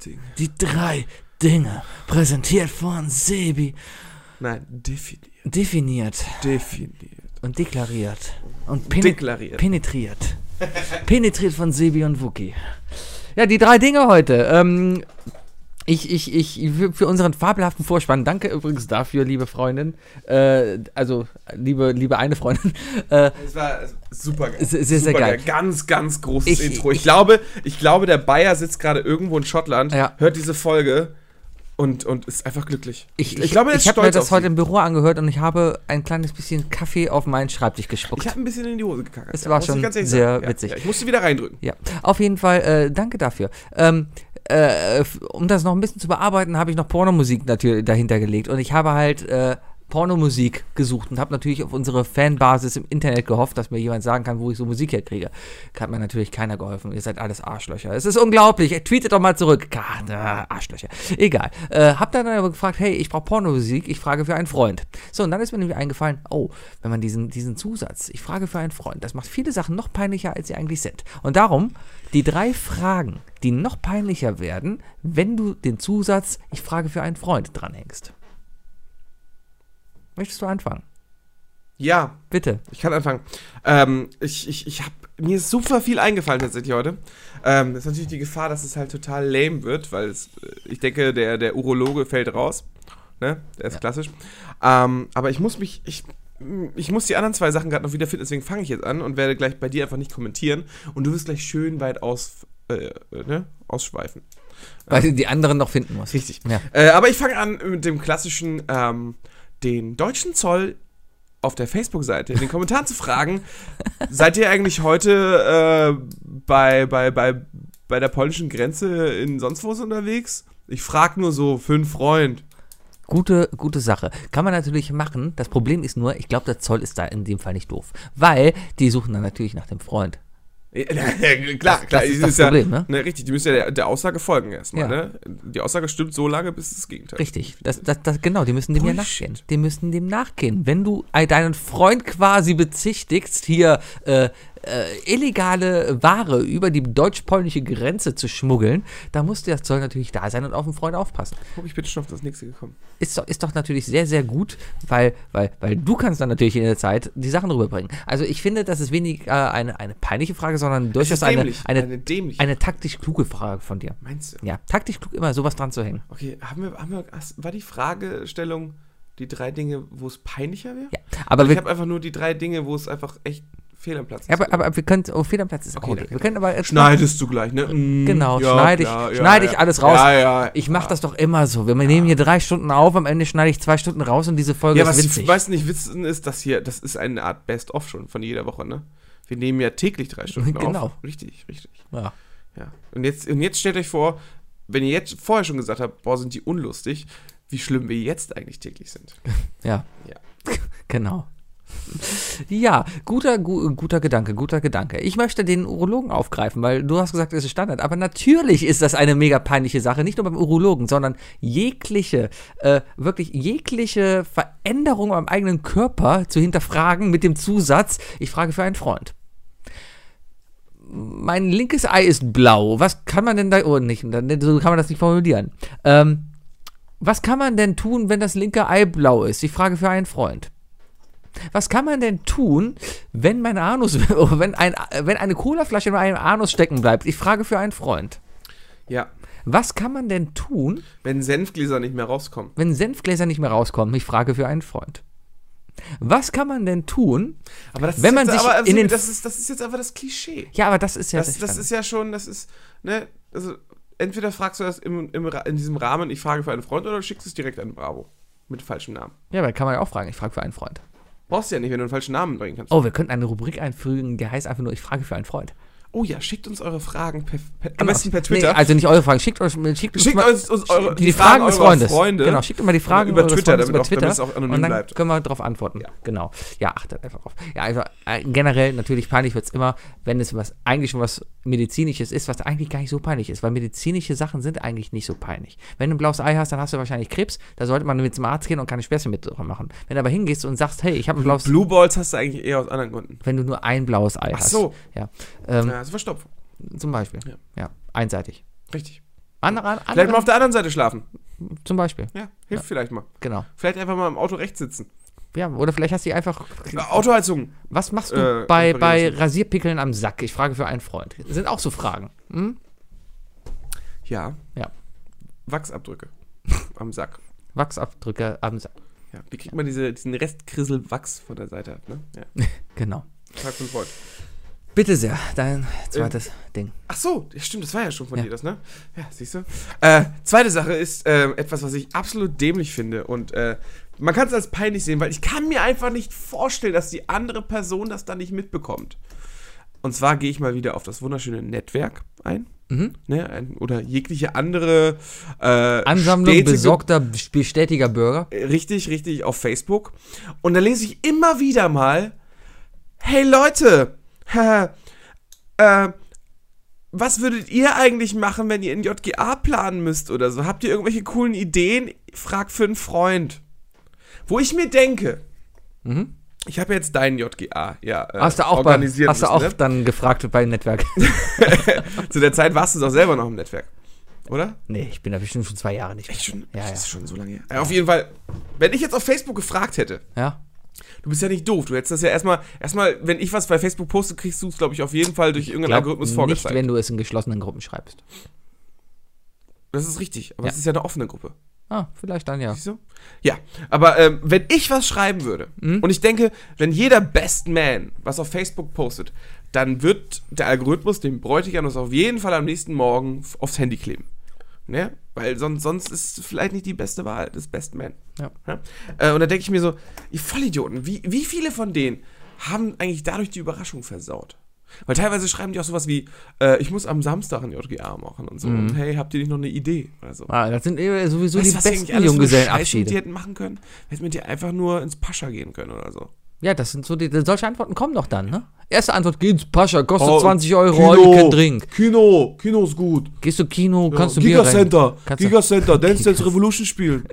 Dinge. Die drei Dinge, präsentiert von Sebi, Nein, definiert. definiert Definiert. und deklariert und Deklariert. penetriert. penetriert von Sebi und Wookie. Ja, die drei Dinge heute. Ähm, ich, ich, ich, für, für unseren fabelhaften Vorspann, danke übrigens dafür, liebe Freundin. Äh, also, liebe, liebe eine Freundin. Äh, Es war super geil. Sehr, sehr, sehr Super geil. Ganz, ganz großes Ich- Intro. Ich, ich- glaube, ich glaube, der Bayer sitzt gerade irgendwo in Schottland, Ja. hört diese Folge und, und ist einfach glücklich. ich ich, ich glaube, er ist ich habe mir stolz das auf heute sie. im Büro angehört und ich habe ein kleines bisschen Kaffee auf meinen Schreibtisch gespuckt. Ich habe ein bisschen in die Hose gekackt. Es war muss ich schon ganz ehrlich sehr sagen. witzig. Ja, ja, ich musste wieder reindrücken. Ja, auf jeden Fall, äh, danke dafür. Ähm, äh, f- um das noch ein bisschen zu bearbeiten, habe ich noch Pornomusik natürlich dahinter gelegt und ich habe halt äh, Pornomusik gesucht und habe natürlich auf unsere Fanbasis im Internet gehofft, dass mir jemand sagen kann, wo ich so Musik herkriege. Hat mir natürlich keiner geholfen. Ihr seid alles Arschlöcher. Es ist unglaublich. Tweetet doch mal zurück. Gott, äh, Arschlöcher. Egal. Äh, hab dann aber gefragt, hey, ich brauche Pornomusik. Ich frage für einen Freund. So, und dann ist mir nämlich eingefallen, oh, wenn man diesen, diesen Zusatz, ich frage für einen Freund, das macht viele Sachen noch peinlicher, als sie eigentlich sind. Und darum die drei Fragen, die noch peinlicher werden, wenn du den Zusatz, ich frage für einen Freund dranhängst. Möchtest du anfangen? Ja, Bitte. ich kann anfangen. Ähm, ich ich, ich habe mir ist super viel eingefallen tatsächlich heute. Ähm, das ist natürlich die Gefahr, dass es halt total lame wird, weil es, äh, ich denke, der, der Urologe fällt raus. Ne? Der ist klassisch. Ähm, aber ich muss mich, ich, ich muss die anderen zwei Sachen gerade noch wieder finden, deswegen fange ich jetzt an und werde gleich bei dir einfach nicht kommentieren. Und du wirst gleich schön weit aus, äh, äh, ne? ausschweifen. Weil du die anderen noch finden musst. Richtig. Ja. Äh, aber ich fange an mit dem klassischen, ähm, den deutschen Zoll auf der Facebook-Seite in den Kommentaren zu fragen, seid ihr eigentlich heute äh, bei, bei, bei, bei der polnischen Grenze in sonst wo unterwegs? Ich frage nur so für einen Freund. Gute, gute Sache. Kann man natürlich machen. Das Problem ist nur, ich glaube, der Zoll ist da in dem Fall nicht doof. Weil die suchen dann natürlich nach dem Freund. Ja, klar, klar. das ist es das Problem, ja, ne? Richtig, die müssen ja der, der Aussage folgen erstmal. Ja. Ne? Die Aussage stimmt so lange, bis es das Gegenteil Richtig. Das, das, das, genau, die müssen dem ja Bullshit. nachgehen. Die müssen dem nachgehen. Wenn du ei- deinen Freund quasi bezichtigst, hier äh, äh, illegale Ware über die deutsch-polnische Grenze zu schmuggeln, dann muss der Zoll natürlich da sein und auf den Freund aufpassen. Guck, ich bin schon auf das nächste gekommen. ist doch, ist doch natürlich sehr, sehr gut, weil, weil, weil du kannst dann natürlich in der Zeit die Sachen rüberbringen. Also ich finde, das ist weniger eine, eine peinliche Frage, sondern durchaus eine, dämlich, eine, eine dämliche. eine taktisch kluge Frage von dir. Meinst du? Ja, taktisch klug immer sowas dran zu hängen. Okay, haben wir, haben wir, hast- war die Fragestellung die drei Dinge, wo es peinlicher wäre? Also Ja, aber Ich wir, habe einfach nur die drei Dinge, wo es einfach echt Fehl am Platz. Ja, aber, aber wir können, oh, Fehler am Platz ist okay. danke. Wir können aber jetzt Schneidest du gleich, ne? Mm, Genau, ja, schneide ich, klar, ja, schneide ich ja. alles raus. Ja, ja. Ich mache das doch immer so. Wir nehmen hier drei Stunden auf, am Ende schneide ich zwei Stunden raus und diese Folge Ja, ist was witzig. ich weiß nicht wissen ist, dass hier, das ist eine Art Best-of schon von jeder Woche, ne? Wir nehmen ja täglich drei Stunden Genau. auf. Richtig, richtig. ja. Ja. Und jetzt, und jetzt stellt euch vor, wenn ihr jetzt vorher schon gesagt habt, boah, sind die unlustig, wie schlimm wir jetzt eigentlich täglich sind. Ja. Ja. genau. Ja, guter, gu, guter Gedanke, guter Gedanke. Ich möchte den Urologen aufgreifen, weil du hast gesagt, es ist Standard. Aber natürlich ist das eine mega peinliche Sache, nicht nur beim Urologen, sondern jegliche, äh, wirklich jegliche Veränderung am eigenen Körper zu hinterfragen mit dem Zusatz, ich frage für einen Freund. Mein linkes Ei ist blau. Was kann man denn da, oh, nicht, so kann man das nicht formulieren. Ähm, was kann man denn tun, wenn das linke Ei blau ist? Die Frage für einen Freund. Was kann man denn tun, wenn mein Anus, oh, wenn, ein, wenn eine Colaflasche in meinem Anus stecken bleibt? Ich frage für einen Freund. Ja. Was kann man denn tun, Wenn Senfgläser nicht mehr rauskommen. wenn Senfgläser nicht mehr rauskommen? Ich frage für einen Freund. Was kann man denn tun? Aber das Wenn ist man jetzt, sich aber, also in den- das ist, das ist jetzt einfach das Klischee. Ja, aber das ist ja Das, das ist ja schon, das ist, ne, also entweder fragst du das im, im, Ra- in diesem Rahmen, ich frage für einen Freund, oder du schickst es direkt an Bravo. Mit falschem Namen. ja, aber kann man ja auch fragen. Ich frage für einen Freund. Brauchst du ja nicht, wenn du einen falschen Namen bringen kannst. Oh, wir könnten eine Rubrik einfügen, die heißt einfach nur Ich frage für einen Freund. Oh ja, schickt uns eure Fragen per, per, am besten per Twitter. Nee, also nicht eure Fragen. Schickt, euch, schickt, uns Schickt mal- uns- uns eure- die, die Fragen Fragen des eurer Freundes. Freunde. Genau, schickt immer die Fragen Über eures Twitter, Freundes damit auch- damit es auch anonym und dann bleibt. können wir darauf antworten. Ja. Genau. Ja, achtet einfach drauf. Ja, also äh, generell natürlich peinlich wird es immer, wenn es was eigentlich schon was medizinisches ist, was eigentlich gar nicht so peinlich ist, weil medizinische Sachen sind eigentlich nicht so peinlich. Wenn du ein blaues Ei hast, dann hast du wahrscheinlich Krebs. Da sollte man mit zum Arzt gehen und keine Späße mit dran machen. Wenn du aber hingehst und sagst, hey, ich habe ein blaues, Blue Balls hast du eigentlich eher aus anderen Gründen. wenn du nur ein blaues Ei hast. so. Ja. Ähm, Ja, das ist Verstopfung. Zum Beispiel. Ja. Ja. einseitig. Richtig. Andere, andere, Vielleicht mal auf der anderen Seite schlafen. zum Beispiel. Ja, hilft vielleicht mal. Genau. Vielleicht einfach mal im Auto rechts sitzen. Ja, oder vielleicht hast du die einfach. Äh, Autoheizung. Was machst du Äh, bei, reparieren bei Sie. Rasierpickeln am Sack? Ich frage für einen Freund. Das sind auch so Fragen. Ja. Ja. Wachsabdrücke. Am Sack. Wachsabdrücke am Sack. Ja. Wie kriegt man diese, diesen Restkrisselwachs Wachs von der Seite ab, ne? Ja. Genau. Frag zum Freund. Bitte sehr, dein zweites Äh, Ding. Ach so, ja, stimmt, das war ja schon von Ja. dir das, ne? Ja, siehst du. Äh, zweite Sache ist ähm, etwas, was ich absolut dämlich finde und äh, man kann es als peinlich sehen, weil ich kann mir einfach nicht vorstellen, dass die andere Person das dann nicht mitbekommt. Und zwar gehe ich mal wieder auf das wunderschöne Netzwerk ein. Mhm. Ne, ein oder jegliche andere äh, Ansammlung stetige- besorgter, bestätiger Bürger. richtig, richtig auf Facebook. Und da lese ich immer wieder mal, hey Leute, äh, was würdet ihr eigentlich machen, wenn ihr in JGA planen müsst oder so? Habt ihr irgendwelche coolen Ideen? Frag für einen Freund. Wo ich mir denke, ich habe jetzt deinen JGA, ja. äh, Mhm. Hast du auch, bei, hast organisieren du auch müssen, dann gefragt bei Netzwerk? ne? Zu der Zeit warst du doch selber noch im Netzwerk, oder? nee, ich bin da bestimmt schon zwei Jahre nicht. Echt schon? Ja, das ja. ist schon so lange her. Äh, Auf jeden Fall, wenn ich jetzt auf Facebook gefragt hätte, Ja? Du bist ja nicht doof. Du hättest das ja erstmal, erstmal, wenn ich was bei Facebook poste, kriegst du es, glaube ich, auf jeden Fall durch irgendeinen Glaub Algorithmus nicht, vorgezeigt. wenn du es in geschlossenen Gruppen schreibst. das ist richtig, aber Ja. es ist ja eine offene Gruppe. Ah, vielleicht dann ja. Siehst du? Ja, aber ähm, wenn ich was schreiben würde, Mhm. und ich denke, wenn jeder Best Man was auf Facebook postet, dann wird der Algorithmus dem Bräutigam das auf jeden Fall am nächsten Morgen f- aufs Handy kleben. Ne? Weil sonst, sonst ist vielleicht nicht die beste Wahl des Best Man. Ja. Äh, und da denke ich mir so, ihr Vollidioten, wie, wie viele von denen haben eigentlich dadurch die Überraschung versaut? Weil teilweise schreiben die auch sowas wie, äh, ich muss am Samstag ein JGA machen und so. Mhm. Und hey, habt ihr nicht noch eine Idee? Oder so. Ah, das sind eh sowieso Weißt du, die was die eigentlich alles für besten eine Scheiße die Junggesellenabschiede. hätten machen können? Hätten wir die einfach nur ins Pascha gehen können oder so. Ja, das sind so die. Solche Antworten kommen doch dann, ne? Erste Antwort: geht's, Pascha, kostet Oh, 20 Euro, heute kein Drink. Kino, Kino ist gut. Gehst du Kino, kannst du Bier rein. Gigacenter, Kannst du, Gigacenter, Dance Dance Revolution spielen.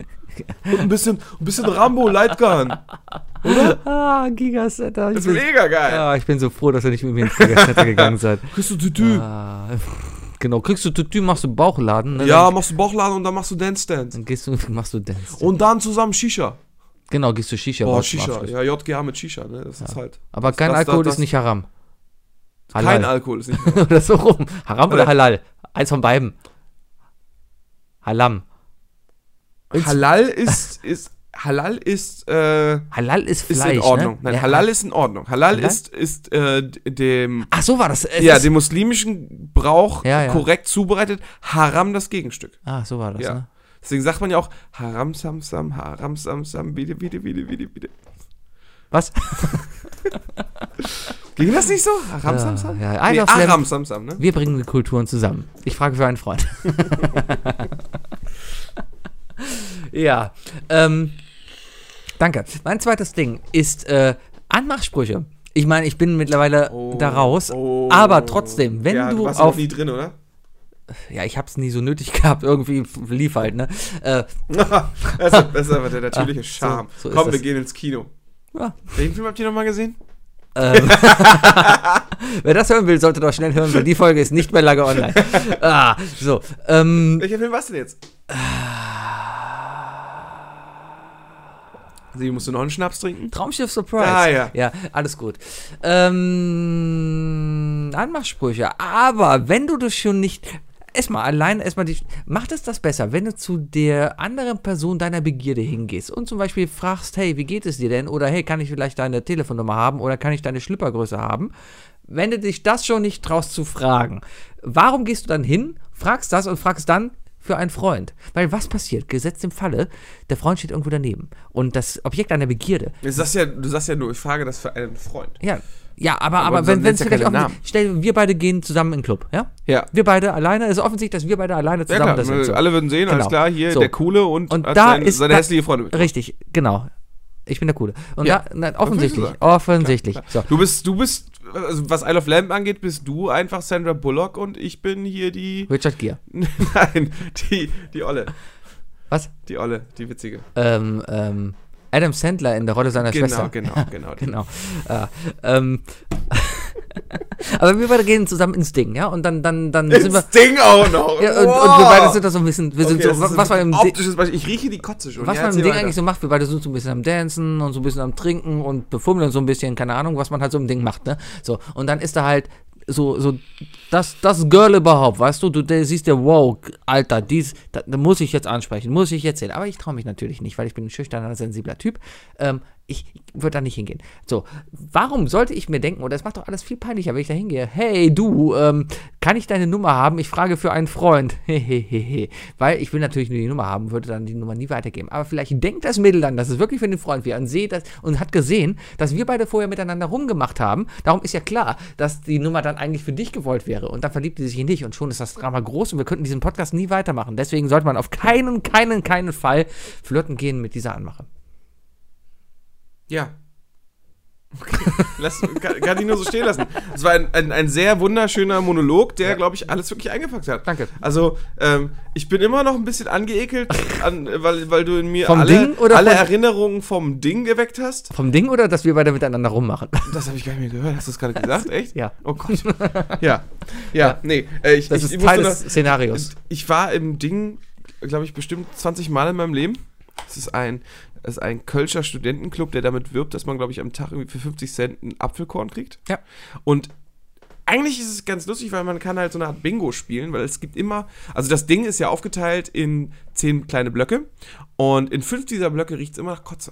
Und ein bisschen, ein bisschen Rambo Lightgun. ah, Gigacenter. Ich Das ist bin, mega geil. ah, ich bin so froh, dass ihr nicht mit mir ins Gigacenter gegangen seid. Kriegst du Tütü. Ah, genau, kriegst du Tütü, machst du Bauchladen. Ne? Ja, Dann, machst du Bauchladen und dann machst du Dance Dance. dann gehst du, machst du Dance. Und dann zusammen Shisha. genau, gehst du Shisha. Boah, raus zum Shisha. Abschluss. Ja, JGA mit Shisha, ne? Das ist halt. Aber das- kein das- Alkohol das- ist nicht Haram. Kein Alkohol ist nicht. oder so rum. Haram oder Oder- Halal? Eins von beiden. Halam. Halal ist, ist Halal ist, äh, Halal ist ist Fleisch. in Ordnung. Ne? Nein, Ja. Halal ist in Ordnung. Halal, Halal? ist, ist äh, d- dem, Ach, so war das. Es ja, ist- dem muslimischen Brauch Ja, ja. korrekt zubereitet. Haram das Gegenstück. ah, so war das, Ja. ne? Deswegen sagt man ja auch Haram Sam Sam, Haram Sam Sam, bitte, bitte, bitte, bitte, bitte. Was? Ging das nicht so? Haram Ja, Sam Sam? ja. Ein Nee, auf Slam. Haram Sam Sam, ne? Wir bringen die Kulturen zusammen. Ich frage für einen Freund. ja. Ähm, danke. Mein zweites Ding ist äh, Anmachsprüche. Ich meine, ich bin mittlerweile da raus, oh. aber trotzdem, wenn ja, du du warst ja noch auf nie drin, oder? ja, ich hab's nie so nötig gehabt, irgendwie lief halt, ne? Äh, das, ist, das ist einfach der natürliche Charme. Ah, so ist Komm, wir das. gehen ins Kino. ja. ähm, Welchen Film habt ihr nochmal gesehen? Wer das hören will, sollte doch schnell hören, weil die Folge ist nicht mehr lange online. ah, so. Ähm, Welcher Film war's denn jetzt? Sie, musst du noch einen Schnaps trinken? Traumschiff Surprise. Ah, ja. Ja, alles gut. Ähm, Anmachsprüche. Aber wenn du das schon nicht. Erstmal allein, erstmal die. Macht es das besser, wenn du zu der anderen Person deiner Begierde hingehst und zum Beispiel fragst, hey, wie geht es dir denn? Oder hey, kann ich vielleicht deine Telefonnummer haben oder kann ich deine Schlippergröße haben? Wenn du dich das schon nicht traust zu fragen, warum gehst du dann hin, fragst das und fragst dann, für einen Freund. Weil was passiert? Gesetzt im Falle, der Freund steht irgendwo daneben. Und das Objekt einer Begierde Du sagst ja, du sagst ja nur, ich frage das für einen Freund. ja. Ja, aber, Aber aber, sonst wenn wenn nennst es du vielleicht keine auch stell wir beide gehen zusammen in den Club, ja? Ja. Wir beide alleine, es ist offensichtlich, dass wir beide alleine zusammen das sind. so. ne, alle würden sehen, Genau. alles klar, hier So. der Coole und, Und hat da seine, ist seine da- hässliche Freundin mit. Richtig, genau. Ich bin der coole. Und Ja. da nein, ich offensichtlich, gesagt. offensichtlich. So. Du bist, du bist, also was Isle of Lamb angeht, bist du einfach Sandra Bullock und ich bin hier die, Richard Gere. nein, die, die Olle, Was? die Olle, die witzige. Ähm, ähm, Adam Sandler in der Rolle seiner Genau, Schwester. genau, genau. die. genau. Äh, ähm, aber wir beide gehen zusammen ins Ding, ja? Und dann, dann, dann sind wir. Das Ding auch noch. Ja, und, und wir beide sind da so ein bisschen. Wir sind so, was, was war im Di- optisches Beispiel. Ich rieche die Kotze schon. was Ja, man im erzähl Ding weiter. eigentlich so macht, wir beide sind so ein bisschen am Dancen und so ein bisschen am Trinken und befummeln so ein bisschen, keine Ahnung, was man halt so im Ding macht, ne? So, und dann ist da halt so, so, das, das Girl überhaupt, weißt du, du der, siehst ja, wow, Alter, dies, da, da muss ich jetzt ansprechen, muss ich erzählen. Aber ich traue mich natürlich nicht, weil ich bin ein schüchterner, sensibler Typ. Ähm, ich würde da nicht hingehen. So, warum sollte ich mir denken, oder es macht doch alles viel peinlicher, wenn ich da hingehe, hey, du, ähm, kann ich deine Nummer haben? Ich frage für einen Freund. Hehehehe. Weil ich will natürlich nur die Nummer haben, würde dann die Nummer nie weitergeben. Aber vielleicht denkt das Mädel dann, dass es wirklich für den Freund wäre und, sehe das, und hat gesehen, dass wir beide vorher miteinander rumgemacht haben. Darum ist ja klar, dass die Nummer dann eigentlich für dich gewollt wäre. Und dann verliebt sie sich in dich und schon ist das Drama groß und wir könnten diesen Podcast nie weitermachen. Deswegen sollte man auf keinen, keinen, keinen Fall flirten gehen mit dieser Anmache. Ja. Okay. Lass, kann, kann ich nur so stehen lassen. Es war ein, ein, ein sehr wunderschöner Monolog, der, glaube ich, alles wirklich eingepackt hat. Danke. Also, ähm, ich bin immer noch ein bisschen angeekelt, an, äh, weil, weil du in mir Vom alle, Ding oder alle von- Erinnerungen vom Ding geweckt hast. Vom Ding oder dass wir beide miteinander rummachen? Das habe ich gar nicht mehr gehört. Hast du das gerade gesagt? Echt? Ja. Oh Gott. Ja. Ja, nee. Äh, ich, Das ich, ist ich Teil musste des Szenarios. Ich war im Ding, glaube ich, bestimmt 20 Mal in meinem Leben. Es ist ein, es ist ein Kölscher Studentenclub, der damit wirbt, dass man, glaube ich, am Tag irgendwie für 50 Cent einen Apfelkorn kriegt. Ja. Und eigentlich ist es ganz lustig, weil man kann halt so eine Art Bingo spielen, weil es gibt immer, also das Ding ist ja aufgeteilt in 10 kleine Blöcke und in fünf dieser Blöcke riecht es immer nach Kotze.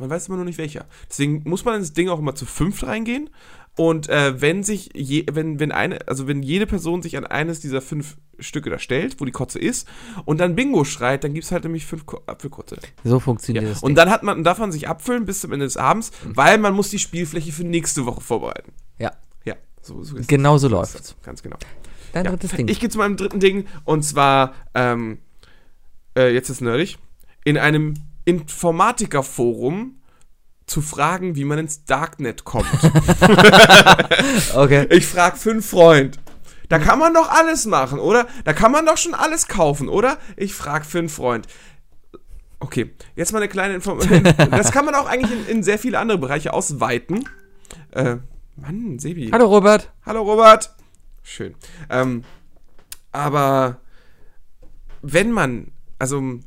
Man weiß immer nur nicht welcher. Deswegen muss man ins Ding auch immer zu fünft reingehen. Und äh, wenn sich je, wenn, wenn eine, also wenn jede Person sich an eines dieser fünf Stücke da stellt, wo die Kotze ist, und dann Bingo schreit, dann gibt es halt nämlich fünf Ko Apfelkotze. So funktioniert das. Und Ding. dann hat man, darf man sich abfüllen bis zum Ende des Abends, weil man muss die Spielfläche für nächste Woche vorbereiten. ja, Ja, so, so ist genau so das. läuft's. Ganz genau. Dein Ja. drittes Ding. Ich gehe zu meinem dritten Ding und zwar, ähm, äh, jetzt ist nerdig, in einem Informatikerforum zu fragen, wie man ins Darknet kommt. okay. ich frag fünf Freund. Da kann man doch alles machen, oder? Da kann man doch schon alles kaufen, oder? Ich frag für einen Freund. Okay, jetzt mal eine kleine Information. das kann man auch eigentlich in, in sehr viele andere Bereiche ausweiten. Äh, Mann, Sebi. Hallo Robert. Hallo Robert. Schön. Ähm, aber wenn man, also m,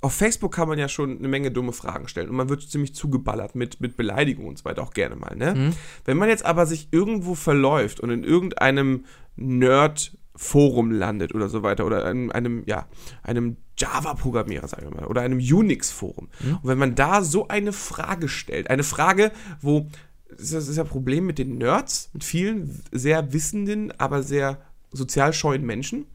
auf Facebook kann man ja schon eine Menge dumme Fragen stellen und man wird ziemlich zugeballert mit, mit Beleidigungen und so weiter auch gerne mal. Ne? Wenn man jetzt aber sich irgendwo verläuft und in irgendeinem Nerd-Forum landet oder so weiter oder in einem, ja, einem Java-Programmierer, sagen wir mal, oder einem Unix-Forum. Und wenn man da so eine Frage stellt, eine Frage, wo das ist das Problem mit den Nerds, mit vielen sehr wissenden, aber sehr sozial scheuen Menschen,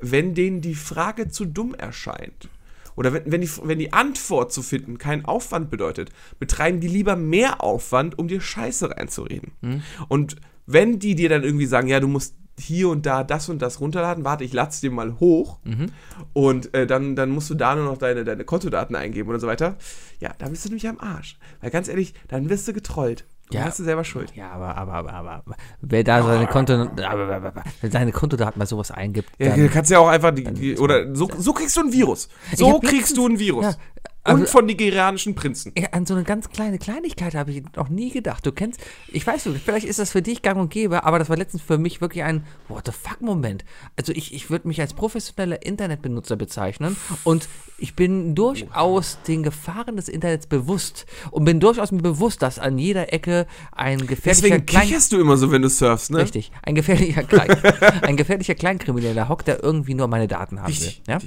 wenn denen die Frage zu dumm erscheint. Oder wenn, wenn, die, wenn die Antwort zu finden keinen Aufwand bedeutet, betreiben die lieber mehr Aufwand, um dir Scheiße reinzureden. Hm. Und wenn die dir dann irgendwie sagen, ja, du musst hier und da das und das runterladen, warte, ich lad's dir mal hoch Mhm. und äh, dann, dann musst du da nur noch deine, deine Kontodaten eingeben und so weiter, ja, dann bist du nämlich am Arsch. Weil ganz ehrlich, dann wirst du getrollt. Und Ja. Dann hast du selber Schuld. Ja, aber, aber, aber, aber, aber wer da seine Konto, aber, aber, aber, aber, wenn seine Kontodaten mal sowas eingibt, Ja, Äh, dann, du kannst ja auch einfach die, die, oder so, so kriegst du ein Virus. So hab kriegst du ein Virus. ja, also- und von nigerianischen Prinzen. Ja, äh, an so eine ganz kleine Kleinigkeit habe ich noch nie gedacht. Du kennst, ich weiß nicht, vielleicht ist das für dich gang und gäbe, aber das war letztens für mich wirklich ein What the fuck-Moment. Also ich, ich würde mich als professioneller Internetbenutzer bezeichnen und ich bin durchaus den Gefahren des Internets bewusst und bin durchaus mir bewusst, dass an jeder Ecke ein gefährlicher Deswegen Klein kicherst du immer so, wenn du surfst, ne? Richtig, ein gefährlicher, Klein ein gefährlicher Kleinkrimineller hockt, der irgendwie nur meine Daten haben will. Richtig, Ja?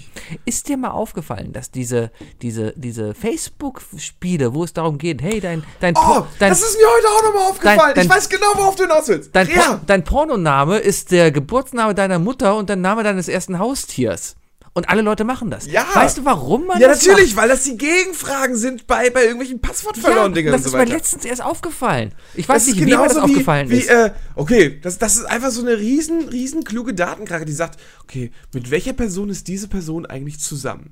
Ist dir mal aufgefallen, dass diese, diese, diese Facebook-Spiele, wo es darum geht, hey, dein, dein, Oh, Por- dein, das ist mir heute auch nochmal aufgefallen. dein- ich weiß genau, worauf du hinaus willst. dein, Por- ja. dein Pornoname ist der Geburtsname deiner Mutter und der Name deines ersten Haustiers. Und alle Leute machen das. Ja. Weißt du, warum man ja, das natürlich, macht? weil das die Gegenfragen sind bei, bei irgendwelchen Ja, Passwortverloren-Dingern das und so ist mir weiter. letztens erst aufgefallen. Ich weiß nicht, wie mir das aufgefallen wie, ist. Äh, okay, das, das ist einfach so eine riesen, riesen kluge Datenkrake, die sagt, okay, mit welcher Person ist diese Person eigentlich zusammen?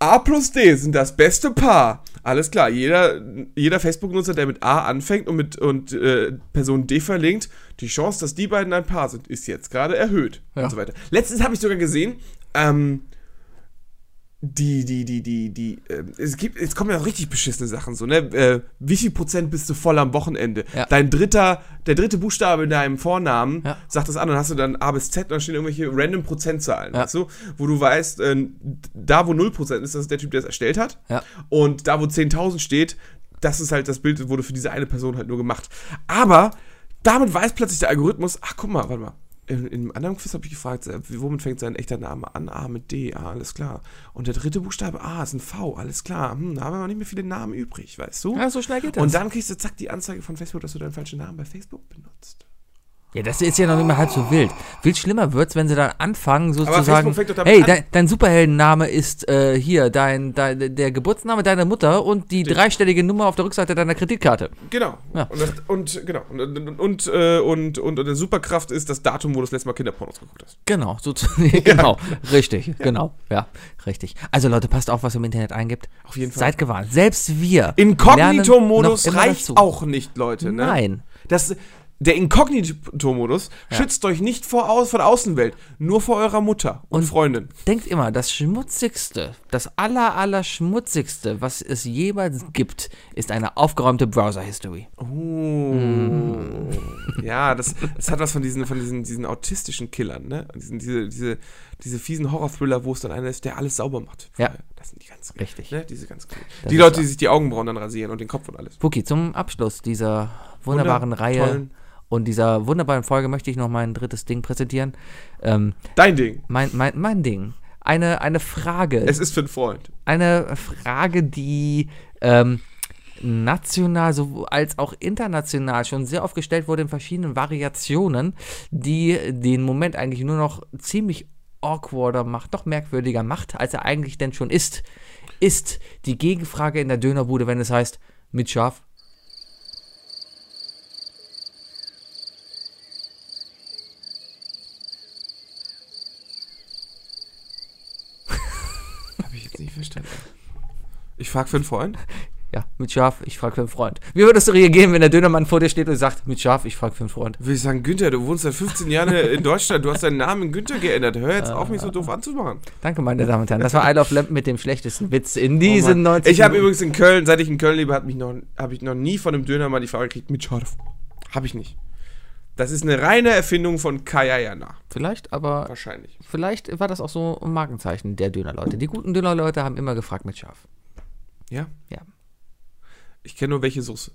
A plus D sind das beste Paar. Alles klar, jeder, jeder Facebook-Nutzer, der mit A anfängt und mit und, äh, Person D verlinkt, die Chance, dass die beiden ein Paar sind, ist jetzt gerade erhöht. Ja. Und so weiter. Letztens habe ich sogar gesehen, ähm, die, die, die, die, die, ähm, es gibt, jetzt kommen ja auch richtig beschissene Sachen, so, ne? Äh, wie viel Prozent bist du voll am Wochenende? Ja. Dein dritter, der dritte Buchstabe in deinem Vornamen Ja. sagt das an, dann hast du dann A bis Z und dann stehen irgendwelche random Prozentzahlen, Ja. weißt du? Wo du weißt, äh, da wo 0% ist, das ist der Typ, der es erstellt hat. Ja. Und da wo 10.000 steht, das ist halt das Bild, wurde für diese eine Person halt nur gemacht. Aber damit weiß plötzlich der Algorithmus, ach guck mal, warte mal. In, in einem anderen Quiz habe ich gefragt, äh, wie- womit fängt sein echter Name an? A mit D, ah, alles klar. Und der dritte Buchstabe A ist ein V, alles klar. Hm, da haben wir noch nicht mehr viele Namen übrig, weißt du? Ja, so schnell geht das. Und dann kriegst du zack die Anzeige von Facebook, dass du deinen falschen Namen bei Facebook benutzt. Ja, das ist ja noch nicht mal halb so wild. Viel schlimmer wird's, wenn sie dann anfangen, sozusagen, Facebook fängt doch damit hey, an- dein, dein Superheldenname ist äh, hier, dein, dein, der Geburtsname deiner Mutter und die dreistellige Nummer auf der Rückseite deiner Kreditkarte. Genau. Ja. Und, das, und genau. Und, und, und, äh, und, und, und eine Superkraft ist das Datum, wo du das letzte Mal Kinderpornos geguckt hast. Genau, so zu, genau, richtig, genau, ja, richtig. Also Leute, passt auf, was ihr im Internet eingibt. Auf jeden Fall. Seid gewarnt. Selbst wir. lernen Inkognito-Modus noch immer reicht dazu. auch nicht, Leute. Ne? Nein. Das, der Inkognito-Modus schützt euch nicht vor, au- vor der Außenwelt, nur vor eurer Mutter und, Freundin. Denkt immer, das Schmutzigste, das aller, aller Schmutzigste, was es jemals gibt, ist eine aufgeräumte Browser-History. Oh. Mm. Ja, das, das hat was von diesen, von diesen, diesen autistischen Killern, ne? Diesen, diese, diese, diese fiesen Horror-Thriller, wo es dann einer ist, der alles sauber macht. Ja. Vorher. Das sind die ganz Richtig. Ne? Diese ganz coolen. Das Die ist Leute, wahr. die sich die Augenbrauen dann rasieren und den Kopf und alles. Wookie, zum Abschluss dieser wunderbaren Wunder- Reihe tollen- und dieser wunderbaren Folge möchte ich noch mein drittes Ding präsentieren. Ähm, Dein Ding. mein, mein, mein Ding. Eine, eine Frage. Es ist für einen Freund. eine Frage, die ähm, national sowohl als auch international schon sehr oft gestellt wurde in verschiedenen Variationen, die den Moment eigentlich nur noch ziemlich awkwarder macht, noch merkwürdiger macht, als er eigentlich denn schon ist. Ist die Gegenfrage in der Dönerbude, wenn es heißt, mit Schaf Habe ich jetzt nicht verstanden. Ich frag für einen Freund. Ja, mit Schaf, ich frage für einen Freund. Wie würdest du reagieren, wenn der Dönermann vor dir steht und sagt, mit Schaf, ich frage für einen Freund? Würde ich sagen, Günther, du wohnst seit 15 Jahren in Deutschland, du hast deinen Namen in Günther geändert. Hör jetzt auf, mich so doof anzumachen. Danke, meine Damen und Herren. Das war I Love Lamp mit dem schlechtesten Witz in Oh diesen Mann. 90 ich habe Minuten. übrigens in Köln, seit ich in Köln lebe, habe ich, noch- hab ich noch nie von einem Döner mal die Frage gekriegt, mit Schorf. Habe ich nicht. Das ist eine reine Erfindung von Kaya Jana. Vielleicht, aber Wahrscheinlich. vielleicht war das auch so ein Markenzeichen der Dönerleute. Die guten Dönerleute haben immer gefragt mit Schaf. Ja? Ja. Ich kenne nur welche Soße.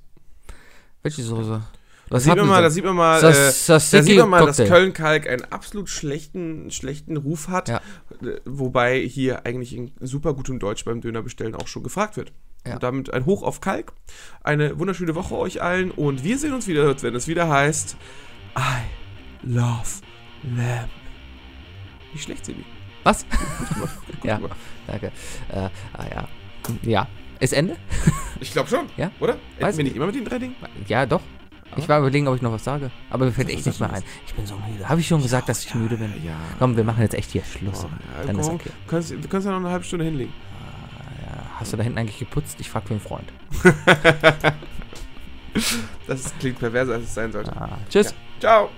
Welche Soße? Was sieht haben man Sie mal, denn? da sieht man mal, Das- äh, da das sieht Siki man mal, dass Cocktail. Köln-Kalk einen absolut schlechten, schlechten Ruf hat, Ja. äh, wobei hier eigentlich in super gutem Deutsch beim Dönerbestellen auch schon gefragt wird. Ja. Und damit ein Hoch auf Kalk, eine wunderschöne Woche euch allen und wir sehen uns wieder, wenn es wieder heißt I love Lamb. Nicht schlecht, Sebi. Was? Gut gemacht, gut Ja. gemacht. Danke. Äh, ah ja. Ja. Ist Ende? Ich glaube schon, Ja. oder? Weiß Hätten wir ich. nicht immer mit den drei Dingen? Ja, doch. Ich war überlegen, ob ich noch was sage. Aber mir fällt echt nichts mehr ein. Ich bin so müde. Habe ich schon gesagt, dass ich müde bin? Ja. Komm, wir machen jetzt echt hier Schluss. Ja, Dann ist komm, okay. kannst, du kannst ja noch eine halbe Stunde hinlegen. Hast du da hinten eigentlich geputzt? Ich frag für einen Freund. Das klingt perverser, als es sein sollte. Ah, tschüss. Ciao!